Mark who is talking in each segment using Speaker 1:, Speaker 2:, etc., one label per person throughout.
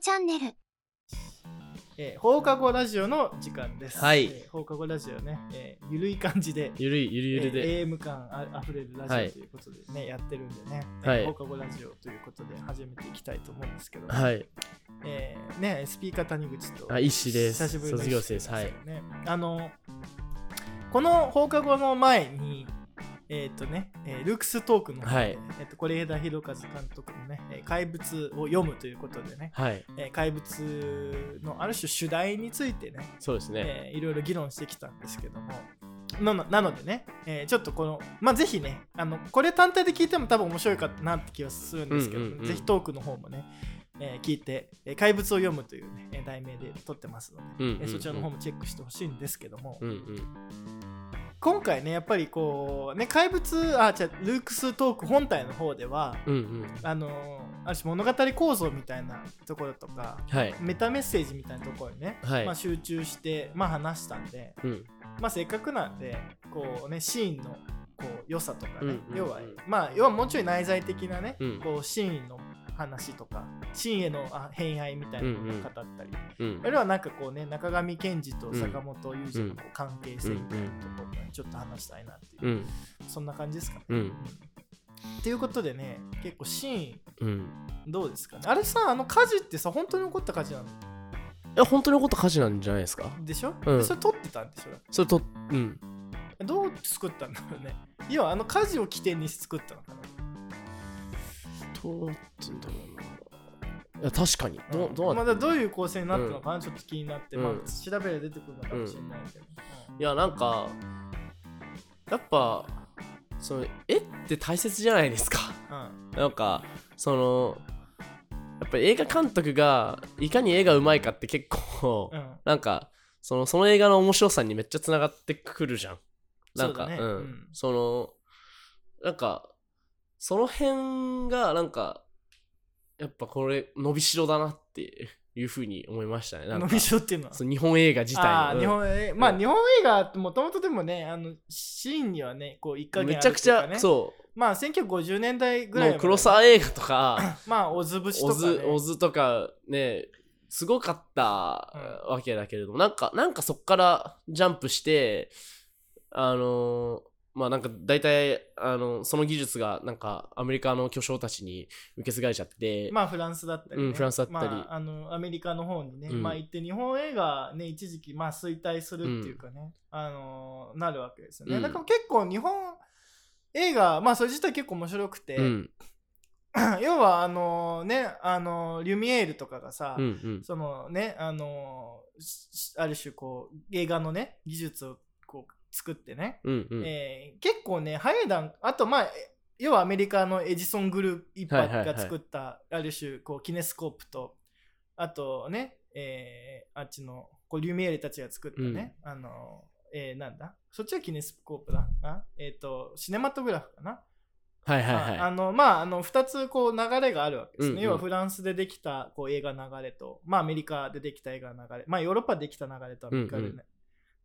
Speaker 1: チャンネル
Speaker 2: えー放課後ラジオの時間です。
Speaker 3: はい
Speaker 2: えー放課後ラジオね、えーゆるい感じで、
Speaker 3: ゆるいゆるゆるで、
Speaker 2: えー AM 感ああふれるラ
Speaker 3: は
Speaker 2: ジオ
Speaker 3: い
Speaker 2: ということでね、やってるんでね、えー
Speaker 3: はい
Speaker 2: 放課後ラジオということで始めていきたいと思うんですけど、
Speaker 3: はい
Speaker 2: えーね、SP ー谷口と、
Speaker 3: あ石です
Speaker 2: 久しぶりの
Speaker 3: 卒業生ですはい
Speaker 2: 石君ですよねあの、この放課後の前に、えっ、とね、えールークストークの、
Speaker 3: はい
Speaker 2: えっと是枝裕和監督のね、えー怪物を読むということでね、
Speaker 3: はい
Speaker 2: えー怪物のある種主題についてね、
Speaker 3: そうですね、
Speaker 2: えーいろいろ議論してきたんですけどもなのなのでね、えーちょっとこのまあぜひねあのこれ単体で聞いても多分面白いかなって気がするんですけど、
Speaker 3: うんうんうん
Speaker 2: ぜひトークの方もね、えー聞いて「えー怪物を読む」という、ねえー題名で撮ってますので、
Speaker 3: うん
Speaker 2: えーそちらの方
Speaker 3: も
Speaker 2: もチェックしてほしいんですけども、
Speaker 3: うんうん
Speaker 2: 今回ねやっぱりこうね怪物あじゃルークストーク本体の方では
Speaker 3: うんうん
Speaker 2: あのーある種物語構造みたいなところとか
Speaker 3: はい
Speaker 2: メタメッセージみたいなところにね、
Speaker 3: はい
Speaker 2: まあ、集中して、まあ、話したんで、
Speaker 3: うん
Speaker 2: まあ、せっかくなんでこう、ね、シーンのこう良さとかね、
Speaker 3: うんうんうん
Speaker 2: 要は、まあ、要はもうちょい内在的なね、
Speaker 3: うん
Speaker 2: こうシーンの話とかシーンへのあ偏愛みたいなのを語ったり、
Speaker 3: うん
Speaker 2: あるいはなんかこうね中上健二と
Speaker 3: ん
Speaker 2: 坂本雄二のこう関係性みたいなところもちょっと話したいなっていうう、
Speaker 3: ん
Speaker 2: そんな感じですかね。
Speaker 3: うん
Speaker 2: ということでね結構シーン
Speaker 3: うん
Speaker 2: どうですかねあれさあの火事ってさ本当に起こった火事なの
Speaker 3: え本当に起こった火事なんじゃないですか
Speaker 2: でしょ、
Speaker 3: うん
Speaker 2: でそれ撮ってたんでしょ
Speaker 3: それとうん
Speaker 2: どう作ったんだろうね要はあの火事を起点に作ったのかな
Speaker 3: どうってんだろうないや確かにどうどうな
Speaker 2: ま
Speaker 3: ん
Speaker 2: だどういう構成になったのかな、ちょっと気になって、まあ
Speaker 3: うん
Speaker 2: 調べれば出てくるのかもしれないけど、
Speaker 3: いやなんかやっぱその絵って大切じゃないですか
Speaker 2: うん
Speaker 3: なんかそのやっぱり映画監督がいかに絵がうまいかって結構、
Speaker 2: うんうん
Speaker 3: なんかそのその映画の面白さにめっちゃつながってくるじゃんなん
Speaker 2: そ
Speaker 3: か
Speaker 2: うだね
Speaker 3: ん
Speaker 2: うん
Speaker 3: そのなんかその辺がなんかやっぱこれ伸びしろだなっていうふうに思いましたねなん
Speaker 2: 伸
Speaker 3: か
Speaker 2: びしろっていうのは
Speaker 3: そう日本映画自体
Speaker 2: ああ
Speaker 3: うん
Speaker 2: 日本映まあ
Speaker 3: うん
Speaker 2: 日本映画ってもともとでもねあのシーンにはねこう一回
Speaker 3: めちゃくちゃ、そう
Speaker 2: まあ1950年代ぐらいま
Speaker 3: も
Speaker 2: で
Speaker 3: う黒沢映画とか
Speaker 2: まあオズ節と
Speaker 3: オ
Speaker 2: か、ね
Speaker 3: ズ、オズとかね、すごかったわけだけれども、なんか、なんかそっからジャンプして、あのーまあなんか大体、あのその技術がなんかアメリカの巨匠たちに受け継がれちゃって、
Speaker 2: まあフランスだったり、ね
Speaker 3: うんフランスだったり
Speaker 2: まあ、あのアメリカの方にね、
Speaker 3: うん
Speaker 2: まあ行って日本映画ね一時期まあ衰退するっていうかね、あのーなるわけですよね、
Speaker 3: うん
Speaker 2: だから結構日本映画まあそれ自体結構面白くて、
Speaker 3: うん、
Speaker 2: 要はあのねあのリュミエールとかがさ、
Speaker 3: うん、うん。
Speaker 2: そのねあのししある種こう映画のね技術をこう作ってね、
Speaker 3: うんうん
Speaker 2: えー結構ね早い段あとまあえ要はアメリカのエジソングループ一
Speaker 3: はい
Speaker 2: 派
Speaker 3: はいはい
Speaker 2: が作ったある種こうキネスコープとあとね、えーあっちのこうリュミエールたちが作ったね、あのえーなんだそっちはキネスコープだなえっ、とシネマトグラフかな
Speaker 3: はいはい
Speaker 2: ああ
Speaker 3: はい。
Speaker 2: のまああの2つこう流れがあるわけですね、
Speaker 3: うんうん
Speaker 2: 要はフランスでできたこう映画流れと、まあ、アメリカでできた映画流れまあヨーロッパでできた流れとアメリカでね、
Speaker 3: うんう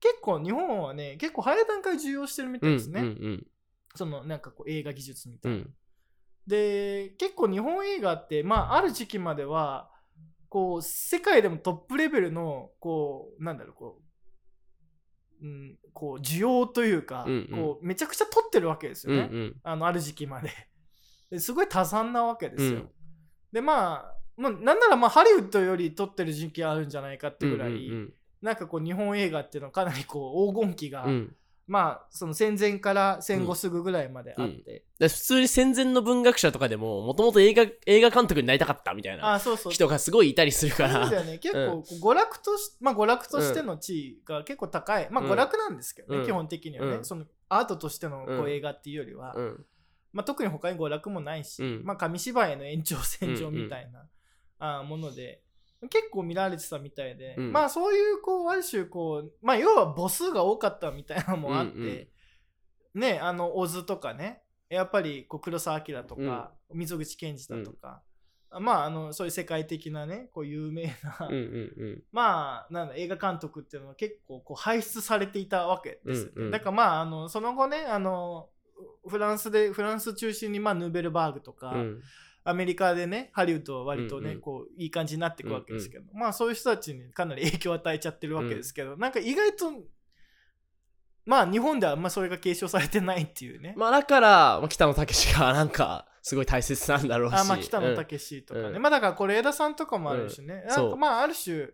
Speaker 2: 結構日本はね結構早い段階重要してるみたいですね、
Speaker 3: うんうん
Speaker 2: そのなんかこう映画技術みた
Speaker 3: う
Speaker 2: い
Speaker 3: ん
Speaker 2: な、で結構日本映画ってまあある時期まではこう世界でもトップレベルのこうなんだろうこう,、うん、こう需要というか、
Speaker 3: うんうん
Speaker 2: こうめちゃくちゃ撮ってるわけです
Speaker 3: う
Speaker 2: よね、
Speaker 3: んうん
Speaker 2: あのある時期まで ですごい多産なわけですよ、
Speaker 3: うん
Speaker 2: でまあ、まあ、なんならまあハリウッドより撮ってる時期あるんじゃないかってぐらい、
Speaker 3: うん
Speaker 2: なんかこう日本映画っていうのはかなりこう黄金期が、
Speaker 3: うんうん
Speaker 2: まあその戦前から戦後すぐぐらいまであって、
Speaker 3: で普通に戦前の文学者とかでももともと映画映画監督になりたかったみたいな
Speaker 2: あそうそう
Speaker 3: 人がすごいいたりする
Speaker 2: そ
Speaker 3: か
Speaker 2: うだ
Speaker 3: ら
Speaker 2: よね結構こう娯楽とし、まあ、娯楽としての地位が結構高い、まあ
Speaker 3: うん
Speaker 2: 娯楽なんですけどね、
Speaker 3: うん
Speaker 2: 基本的にはね、
Speaker 3: うん
Speaker 2: そのアートとしてのこ
Speaker 3: う
Speaker 2: うん映画っていうよりは、
Speaker 3: うん
Speaker 2: まあ、特に他に娯楽もないし、
Speaker 3: うん
Speaker 2: まあ、紙芝居の延長線上みたいな、あーもので結構見られてたみたいで、
Speaker 3: うん
Speaker 2: まあそういうこうある種こう、まあ、要は母数が多かったみたいなのもあって、
Speaker 3: うん
Speaker 2: ねあの「オズ」とかねやっぱりこう黒澤明とか、溝口健二だとか、まああのそういう世界的なねこう有名な、
Speaker 3: うんうん
Speaker 2: まあ、なんだ映画監督っていうのは結構こう輩出されていたわけですよね、
Speaker 3: うんうん
Speaker 2: だからまああのその後ねあのフランスでフランス中心に、まあ、ヌーベルバーグとか、
Speaker 3: うん
Speaker 2: アメリカでねハリウッドは割とね、
Speaker 3: うんうん
Speaker 2: こういい感じになっていくわけですけど、まあそういう人たちにかなり影響を与えちゃってるわけですけど、なんか意外とまあ日本ではあんまそれが継承されてないっていうね、
Speaker 3: まあだから、まあ、北野武がなんかすごい大切なんだろうし
Speaker 2: あまあ北野
Speaker 3: うん
Speaker 2: 武史とかね、
Speaker 3: うん
Speaker 2: まあだからこれ枝さんとかもあるしね、なんか
Speaker 3: そう
Speaker 2: まあある種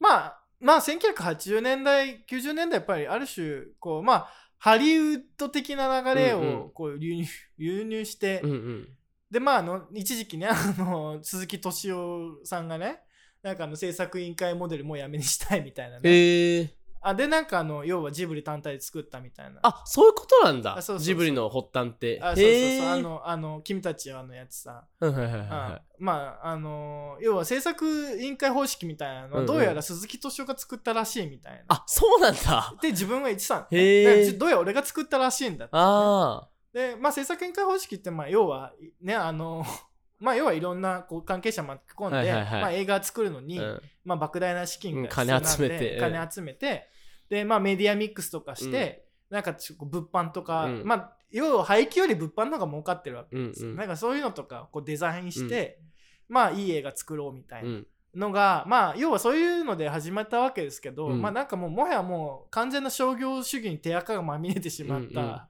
Speaker 2: まあまあ1980年代90年代やっぱりある種こうまあハリウッド的な流れ
Speaker 3: うんう
Speaker 2: を
Speaker 3: ん
Speaker 2: こう流入,、 流入して、
Speaker 3: うんうん
Speaker 2: でまああの一時期ねあの 鈴木敏夫さんがねなんかあの制作委員会モデルもうやめにしたいみたいなね、
Speaker 3: へえ
Speaker 2: あでなんかあの要はジブリ単体で作ったみたいな
Speaker 3: あそういうことなんだ
Speaker 2: あそうそうそう
Speaker 3: ジブリの発端って
Speaker 2: あそうそう
Speaker 3: へ
Speaker 2: そう
Speaker 3: ー
Speaker 2: あのあの君たちはあのやつさ
Speaker 3: うんはいはいはい
Speaker 2: あ
Speaker 3: は
Speaker 2: まああのー要は制作委員会方式みたいなの
Speaker 3: うんう
Speaker 2: は
Speaker 3: ん
Speaker 2: どうやら鈴木敏夫が作ったらしいみたいな。
Speaker 3: あそうなんだ
Speaker 2: で自分が言ってたんだ
Speaker 3: へー
Speaker 2: ねでどうやら俺が作ったらしいんだって
Speaker 3: あ
Speaker 2: で、まあ、制作委員会方式って、まあ、要はねあの まあ要はいろんなこう関係者巻き込んで、
Speaker 3: はいはいはい
Speaker 2: まあ、映画作るの
Speaker 3: あ、
Speaker 2: に、
Speaker 3: うん
Speaker 2: まあ、莫大な資金が必要
Speaker 3: うん金集めて
Speaker 2: なんで金集めてで、まあ、メディアミックスとかして、なんかちょっと物販とか、
Speaker 3: うん
Speaker 2: まあ要は廃棄より物販の方が儲かってるわけ
Speaker 3: うん
Speaker 2: です
Speaker 3: う
Speaker 2: よ
Speaker 3: ん
Speaker 2: なんかそういうのとかこうデザインして、まあいい映画作ろうみたいうなんのが、まあ要はそういうので始まったわけですけど、
Speaker 3: うん
Speaker 2: まあなんかもうもはやもう完全な商業主義に手垢がまみれてしまっ
Speaker 3: うんうん
Speaker 2: た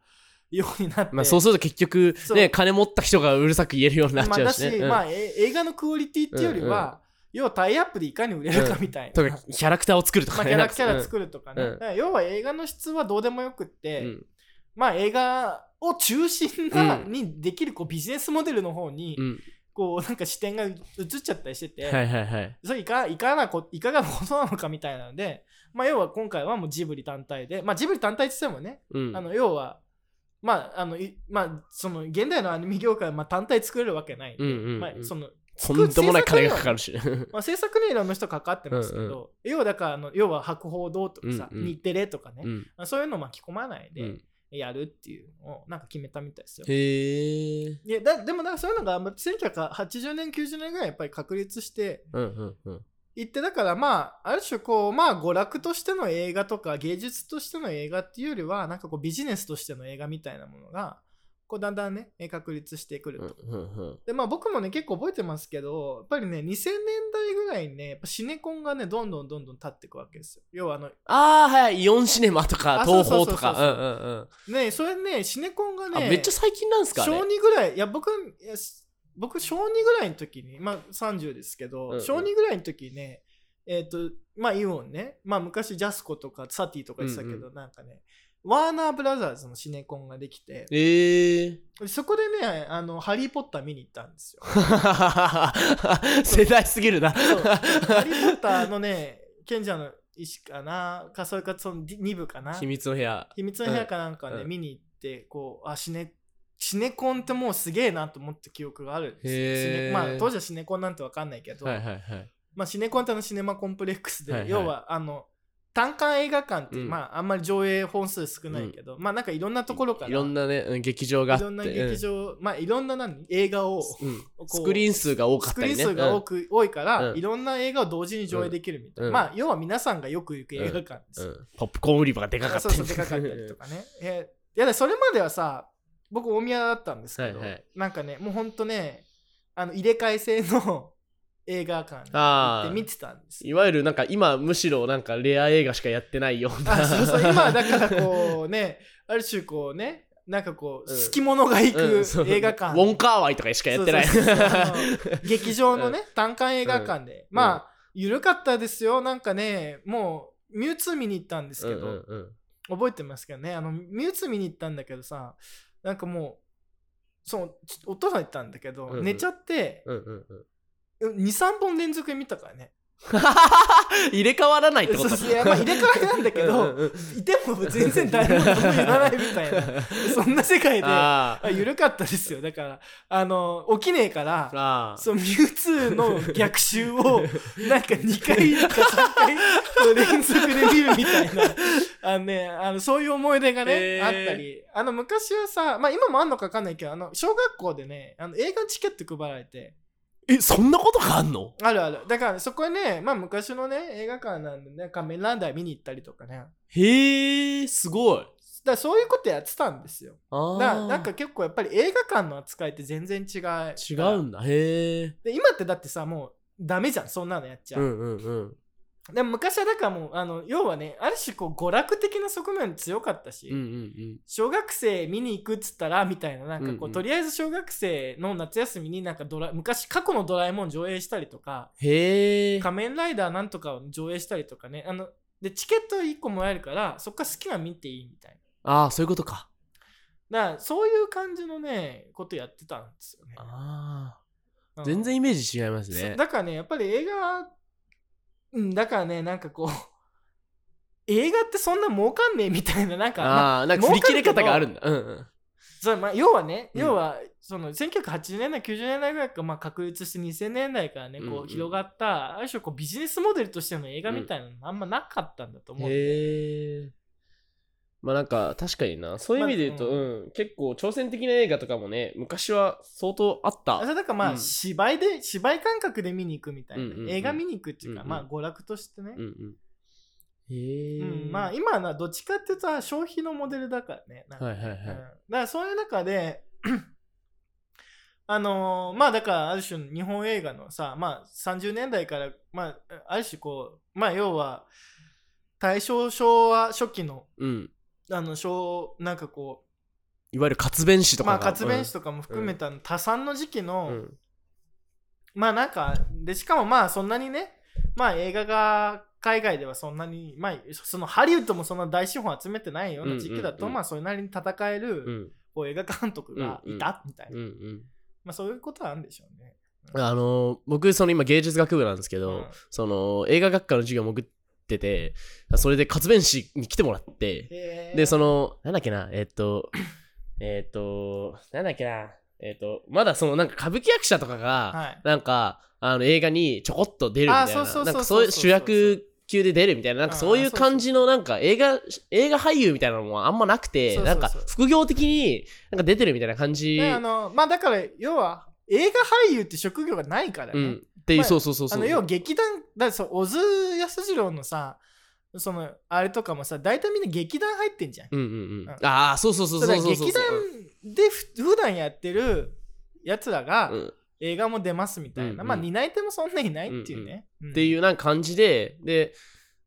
Speaker 2: ようになって、
Speaker 3: まあ、そうすると結局
Speaker 2: そう
Speaker 3: ね金持った人がうるさく言えるようになっ
Speaker 2: ま
Speaker 3: ち
Speaker 2: あ
Speaker 3: ゃう
Speaker 2: だ
Speaker 3: しね、
Speaker 2: し、
Speaker 3: うん
Speaker 2: まあえ映画のクオリティっていうより
Speaker 3: うんう
Speaker 2: は、要はタイアップでいかに売れるかみたいな。
Speaker 3: とかキャラクターを作ると
Speaker 2: ま
Speaker 3: か
Speaker 2: あ、
Speaker 3: ね
Speaker 2: キャラク
Speaker 3: なん
Speaker 2: タ
Speaker 3: か
Speaker 2: ー作るとかね、
Speaker 3: うん
Speaker 2: だから要は映画の質はどうでもよくって、
Speaker 3: うん
Speaker 2: まあ映画を中心な、
Speaker 3: うん
Speaker 2: にできるこうビジネスモデルの方に、
Speaker 3: うん
Speaker 2: こうなんか視点が移っちゃったりしてて、
Speaker 3: はいはいはい
Speaker 2: それいかいかなこいかがなことなのかみたいなので、まあ、要は今回はもうジブリ単体で、まあ、ジブリ単体って言ってもね、
Speaker 3: うん
Speaker 2: あの要は、まああのいまあ、その現代のアニメ業界はまあ単体作れるわけないんで、
Speaker 3: うんうんうん
Speaker 2: まあ、その
Speaker 3: とんでもない金がかかるし
Speaker 2: まあ、制作にはいろんな人かかってますけど、
Speaker 3: うんう
Speaker 2: 要はだからあの要は博報堂とかさ、
Speaker 3: うんうん
Speaker 2: 日テレとかね、
Speaker 3: うん
Speaker 2: まあ、そういうのを巻き込まないうで
Speaker 3: ん
Speaker 2: やるっていうのをなんか決めたみたいですよ。
Speaker 3: へえ
Speaker 2: いやだでもなんかそういうのがまあ1980年90年ぐらいやっぱり確立して
Speaker 3: うんうんうん
Speaker 2: いってだからまあある種こうまあ娯楽としての映画とか芸術としての映画っていうよりはなんかこうビジネスとしての映画みたいなものがこうだんだんねえ確立してくる
Speaker 3: う
Speaker 2: と。
Speaker 3: んうんうん
Speaker 2: でまあ、僕もね結構覚えてますけどやっぱりね2000年代ぐらいにねやっぱシネコンがねどんどんどんどん立っていくわけですよ。要はあの
Speaker 3: ああはいイオンシネマとか
Speaker 2: あそう
Speaker 3: 東
Speaker 2: そう
Speaker 3: 宝
Speaker 2: そうそう
Speaker 3: とかうんうんうん
Speaker 2: ねそれねシネコンがね
Speaker 3: あめっちゃ最近なんですか
Speaker 2: 小
Speaker 3: ね
Speaker 2: 2ぐらいいや僕いやす僕小2ぐらいの時にまあ30ですけど、
Speaker 3: うんうん
Speaker 2: 小2ぐらいの時にねえっ、とまあイオンねまあ昔ジャスコとかサティとか言ってたけど、
Speaker 3: うん
Speaker 2: なんかねワーナーブラザーズのシネコンができて
Speaker 3: ええ
Speaker 2: そこでねあのハリー・ポッター見に行ったんですよ
Speaker 3: 世代すぎるな
Speaker 2: そうハリー・ポッターのね 賢者の石かなかそれかその2部かな
Speaker 3: 秘密の部屋
Speaker 2: 秘密の部屋かなんかね、
Speaker 3: うん
Speaker 2: 見に行ってこうあシネシネコンってもうすげえなと思った記憶があるんですよシ
Speaker 3: へー
Speaker 2: ネまあ当時はシネコンなんてわかんないけど、
Speaker 3: はいはいはい
Speaker 2: まあ、シネコンってあのシネマコンプレックスで、
Speaker 3: はいはい
Speaker 2: 要はあの単館映画館って、
Speaker 3: うん
Speaker 2: まああんまり上映本数少ないけど、まあなんかいろんなところから
Speaker 3: いろんなねうん劇場があ
Speaker 2: い
Speaker 3: って
Speaker 2: ろんな劇場、まあいろんな何映画を
Speaker 3: うん
Speaker 2: こう
Speaker 3: スクリーン数が多
Speaker 2: ス
Speaker 3: かった
Speaker 2: クリー
Speaker 3: り
Speaker 2: ン
Speaker 3: ね
Speaker 2: 数が多く、多いから、
Speaker 3: うん
Speaker 2: いろんな映画を同時に上映できるみたいな、
Speaker 3: うん
Speaker 2: まあ要は皆さんがよく行く映画館ですよ、
Speaker 3: うんうんポップコーン売り場がでかか
Speaker 2: あ
Speaker 3: っ
Speaker 2: そ
Speaker 3: た
Speaker 2: うそうでかかったりとかね。えいやだそれまではさ僕大宮だったんですけど、
Speaker 3: はいはい
Speaker 2: なんかねもうほんとねあの入れ替え制の 映画館に行
Speaker 3: あ
Speaker 2: って
Speaker 3: ー
Speaker 2: 見てたんですよ。
Speaker 3: いわゆるなんか今むしろなんかレア映画しかやってないような
Speaker 2: あそう そう今はだからこうねある種こうねなんかこう
Speaker 3: うん
Speaker 2: 好き者が行
Speaker 3: う
Speaker 2: く
Speaker 3: んそう
Speaker 2: 映画館、
Speaker 3: ウォンカーワイとかしかやってない
Speaker 2: そうそうそうあの 劇場のね単館映画館で、まあ緩かったですよなんかねもうミュウツー見に行ったんですけど、
Speaker 3: うんうんうん
Speaker 2: 覚えてますけどねあのミュウツー見に行ったんだけどさなんかもうそうちお父さん行ったんだけど、
Speaker 3: うんうん
Speaker 2: 寝ちゃって
Speaker 3: うんうんうん
Speaker 2: 23本連続で見たからね
Speaker 3: 入れ替わらないってこ
Speaker 2: そう
Speaker 3: と
Speaker 2: そういやまあ入れ替わりなんだけど
Speaker 3: うんうんうん
Speaker 2: いても全然誰も何も言わないみたいなそんな世界であ
Speaker 3: あー
Speaker 2: 緩かったですよだからあの起きねえから
Speaker 3: あー
Speaker 2: そうミュウツーの逆襲をなんか2回か3回こう連続で見るみた いなあのねあのそういう思い出がね、
Speaker 3: へー
Speaker 2: あったりあの昔はさ、まあ、今もあんのか分かんないけどあの小学校でねあの映画チケット配られて
Speaker 3: えそんなことがあんの
Speaker 2: あるあるだからそこへね、まあ、昔のね映画館なんでね仮面ランダー見に行ったりとかね
Speaker 3: へえすごい
Speaker 2: だからそういうことやってたんですよ
Speaker 3: あ
Speaker 2: だ
Speaker 3: ー
Speaker 2: からなんか結構やっぱり映画館の扱いって全然違うから
Speaker 3: 違うんだへえ
Speaker 2: で今ってだってさもうダメじゃんそんなのやっちゃ
Speaker 3: う
Speaker 2: う、
Speaker 3: んうんうん
Speaker 2: でも昔はだからもうあの要はねある種こう娯楽的な側面強かったし、
Speaker 3: うんうん
Speaker 2: 小学生見に行くっつったらみたいななんかこう、
Speaker 3: うんうん
Speaker 2: とりあえず小学生の夏休みになんかドラ昔過去の「ドラえもん」上映したりとか
Speaker 3: へ
Speaker 2: 「
Speaker 3: え
Speaker 2: 仮面ライダー」なんとかを上映したりとかねあのでチケット1個もらえるからそっから好きなの見ていいみたい
Speaker 3: ああそういうことか
Speaker 2: なだからそういう感じのねことやってたんですよね、
Speaker 3: あ
Speaker 2: う
Speaker 3: あ
Speaker 2: ん
Speaker 3: 全然イメージ違いますね
Speaker 2: そうだからねやっぱり映画うんだからねなんかこう 映画ってそんな儲かんねえみたいななんかまあ
Speaker 3: ああーなんか振り切れ方があるんだうんうん
Speaker 2: そうまあ、要はね、
Speaker 3: うん
Speaker 2: 要はその1980年代90年代ぐらいからまあ確立して2000年代からね
Speaker 3: うん
Speaker 2: こ
Speaker 3: うん
Speaker 2: う広がった、ある種こうビジネスモデルとしての映画みたいなのあんまなかったんだと思う、
Speaker 3: へえまあなんか確かになそういう意味で言うと、
Speaker 2: まあ
Speaker 3: うん結構挑戦的な映画とかもね昔は相当あった
Speaker 2: あそれだからま
Speaker 3: う
Speaker 2: あ
Speaker 3: ん
Speaker 2: 芝居で、芝居感覚で見に行くみたいな、
Speaker 3: うんうんうん
Speaker 2: 映画見に行くっていうか、
Speaker 3: うんうん
Speaker 2: まあ娯楽としてね、
Speaker 3: うんうんへ
Speaker 2: う
Speaker 3: え、
Speaker 2: んまあ今はどっちかっていうと消費のモデルだからねなんか
Speaker 3: はいはいは
Speaker 2: う
Speaker 3: い、
Speaker 2: んだからそういう中で あのーまあだからある種の日本映画のさまあ30年代からまあある種こうまあ要は大正昭和初期の
Speaker 3: うん
Speaker 2: あの昭なんかこ
Speaker 3: いわゆる活弁士
Speaker 2: う
Speaker 3: と
Speaker 2: ま
Speaker 3: か
Speaker 2: あ活弁士
Speaker 3: と
Speaker 2: とかも含めた多産の時期の、
Speaker 3: うん
Speaker 2: まあなんかでしかもまあそんなにねまあ映画が海外ではそんなにまあそのハリウッドもそんな大資本集めてないような時期だと、
Speaker 3: うんうんうん
Speaker 2: まあそれなりに戦え
Speaker 3: う
Speaker 2: る
Speaker 3: ん
Speaker 2: こう映画監督がいたみたいな
Speaker 3: うんうん
Speaker 2: まあそういうことはあるんでしょうね。
Speaker 3: あのー僕その今芸術学部なんですけど、
Speaker 2: うん
Speaker 3: その映画学科の授業潜っててそれで活弁士に来てもらってで、そ
Speaker 2: の、
Speaker 3: の、なんだっけな、えっ と、えっと、なんだっけな、えっと、まだその、なんか歌舞伎役者とかが、
Speaker 2: はい。
Speaker 3: なんか、あの、映画にちょこっと出るみたい
Speaker 2: あそうそ
Speaker 3: な、
Speaker 2: う
Speaker 3: な
Speaker 2: そう
Speaker 3: んかそうい
Speaker 2: そうそ
Speaker 3: う
Speaker 2: うそう
Speaker 3: 主役級で出るみたいな、なんか
Speaker 2: うん
Speaker 3: そういう感じの、なんか映画、映画俳優みたいなのもあんまなくて、
Speaker 2: そうそう
Speaker 3: な
Speaker 2: そ
Speaker 3: ん
Speaker 2: う
Speaker 3: か副業的になんか出てるみたいな感じ、
Speaker 2: であの、まあだから、要は、映画俳優って職業がないから
Speaker 3: う
Speaker 2: ね。
Speaker 3: ん、っていう、
Speaker 2: まあ
Speaker 3: そうそうそう
Speaker 2: あ
Speaker 3: そう。
Speaker 2: の、要は劇団、だからそう、小津安二郎のさ、その、あれとかもさ、大体みんな劇団入ってんじゃん。
Speaker 3: うんうんうん
Speaker 2: うん。
Speaker 3: ああ、そうそうそう
Speaker 2: だ
Speaker 3: そ
Speaker 2: から
Speaker 3: うそうそう。
Speaker 2: 劇団でふ普段やってるやつらが
Speaker 3: うん
Speaker 2: 映画も出ますみたいな、
Speaker 3: うんうん
Speaker 2: まあ担い手もそんなにないっていうね。っ
Speaker 3: っていうなんか感じで、で、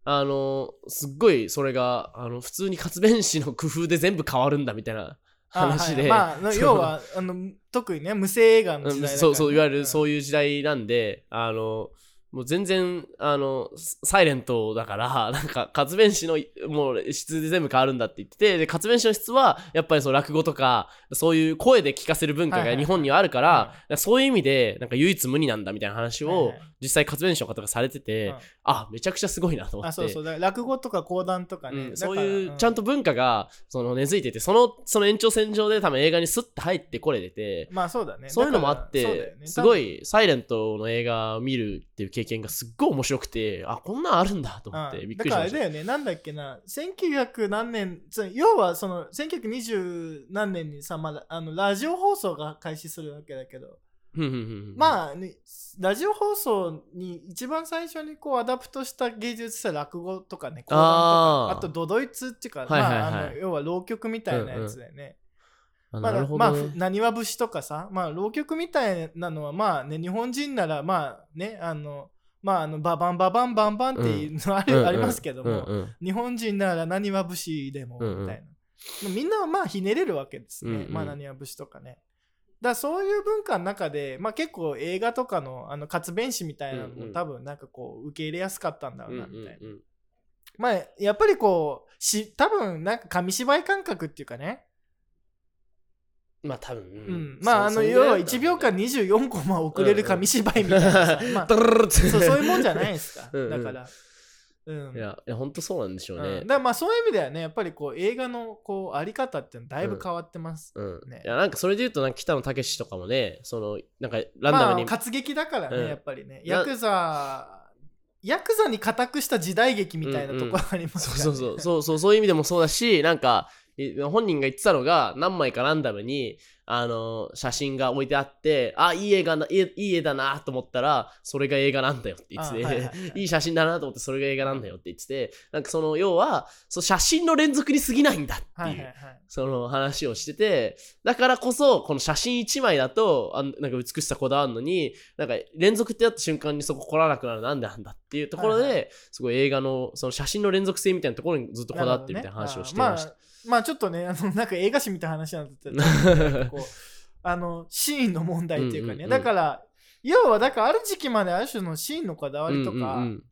Speaker 3: あの、すっごいそれが、あの、普通に活弁士の工夫で全部変わるんだみたいな話で、
Speaker 2: まあ、の
Speaker 3: そう
Speaker 2: 要は、あの、特にね、無声映画の
Speaker 3: う
Speaker 2: 時代
Speaker 3: ん
Speaker 2: だからね、
Speaker 3: そうそう、いわゆる
Speaker 2: う
Speaker 3: そ
Speaker 2: ん
Speaker 3: ういう時代なんで、あの、もう全然、あの、サイレントだから、なんか、活弁士の、もう、質で全部変わるんだって言ってて、で、活弁士の質は、やっぱりそう、落語とか、そういう声で聞かせる文化
Speaker 2: はいはい
Speaker 3: が日本にはあるから、
Speaker 2: うん
Speaker 3: だからそういう意味で、なんか唯一無二なんだみたいな話
Speaker 2: はい
Speaker 3: を
Speaker 2: はい、
Speaker 3: 実際活弁士の方がされてて、
Speaker 2: うん
Speaker 3: あ、めちゃくちゃすごいなと思って。
Speaker 2: あそうそうだから落語とか講談とかね、
Speaker 3: うん、
Speaker 2: だか
Speaker 3: そう
Speaker 2: ら
Speaker 3: いうちゃん
Speaker 2: と、
Speaker 3: と文化がその根付いててそのその延長線上で多分映画にスッと入ってこれてて、
Speaker 2: まあそうだね
Speaker 3: そういうのもあっ
Speaker 2: だからそうだ
Speaker 3: て、
Speaker 2: よね
Speaker 3: すごい「サイレントの映画を見るっていう経験がすっごい面白くてあこんなんあるんだと
Speaker 2: 多分
Speaker 3: 思って、
Speaker 2: うん
Speaker 3: びっくりしまし
Speaker 2: だからあれだよねなんだっけな1900何年つ要はその1920何年にさまだあのラジオ放送が開始するわけだけど、
Speaker 3: た。あ
Speaker 2: まあ、ね、ラジオ放送に一番最初にこうアダプトした芸術さ落語とかね講談とか
Speaker 3: あー
Speaker 2: あとドドイツっていうか、
Speaker 3: はいはいはい
Speaker 2: まあ、あの要は浪曲みたいなやつだよね、
Speaker 3: あ
Speaker 2: まあ、
Speaker 3: なるほ
Speaker 2: まあ
Speaker 3: ど
Speaker 2: ふ
Speaker 3: ね、
Speaker 2: なにわ節とかさ、まあ、浪曲みたいなのは、まあね、日本人なら、まあね、あの、まあ、あのババンババンバンバンっていうのあ,、
Speaker 3: うんうん
Speaker 2: ありますけども、
Speaker 3: うんうん
Speaker 2: 日本人ならなにわ節でもみ
Speaker 3: うんうん
Speaker 2: たいな、みんなはまあひねれるわけですね、
Speaker 3: うんうん
Speaker 2: まあ、なにわ節とかねだからそういう文化の中で、まあ、結構映画とかのあの活弁士みたいなの
Speaker 3: うんう
Speaker 2: も
Speaker 3: ん
Speaker 2: 多分なんかこう受け入れやすかったんだろうなみたいな、
Speaker 3: うんうんうん
Speaker 2: まあやっぱりこうし多分なんか紙芝居感覚っていうかね、
Speaker 3: まあ多分、
Speaker 2: う、
Speaker 3: うん
Speaker 2: まああの要は1秒間24コマ遅れる紙芝居みたいな さ、まあ、
Speaker 3: ド
Speaker 2: そうそういうもんじゃ
Speaker 3: い
Speaker 2: ないですか
Speaker 3: うんうん
Speaker 2: だから、うん
Speaker 3: いやいや本当そうなんでしょ
Speaker 2: う
Speaker 3: うんね、
Speaker 2: だからまあそういう意味ではねやっぱりこう映画のこうあり方っていうのだいぶ変わってます、
Speaker 3: うん
Speaker 2: ね
Speaker 3: いやなんかそれで言うとなんか北野武とかもねそのなんかランダム
Speaker 2: ま
Speaker 3: に、
Speaker 2: あ活劇だからね、
Speaker 3: うん
Speaker 2: やっぱりね
Speaker 3: な
Speaker 2: ヤクザヤクザに固くした時代劇みたいなとこあります
Speaker 3: そ
Speaker 2: から、ね
Speaker 3: うそうそうそうそうそういう意味でもそうだしなんかい本人が言ってたのが何枚かランダムにあの写真が置いてあってあいい映画ないいいい絵だなと思ったらそれが映画なんだよって言ってて、
Speaker 2: あはいはい
Speaker 3: い
Speaker 2: はい
Speaker 3: い、写真だなと思ってそれが映画なんだよって言っててなんかその要はその写真の連続に過ぎないんだっていう、
Speaker 2: はいはいはい
Speaker 3: その話をしててだからこそこの写真1枚だとあんなんか美しさこだわるのになんか連続ってやった瞬間にそこ来らなくなるなんでなんだっていうところで、
Speaker 2: はいは
Speaker 3: すごい映画のその写真の連続性みたいなところにずっとこだわってるみたいな話をして
Speaker 2: なる
Speaker 3: ま
Speaker 2: ほ
Speaker 3: し
Speaker 2: どね。あー
Speaker 3: た
Speaker 2: まあまあちょっとねあのなんか映画史みたいな話なんだったらこう あのシーンの問題っていうかね、
Speaker 3: うんうんうん
Speaker 2: だから要はだからある時期まである種のシーンのこだわりとか、
Speaker 3: うんうん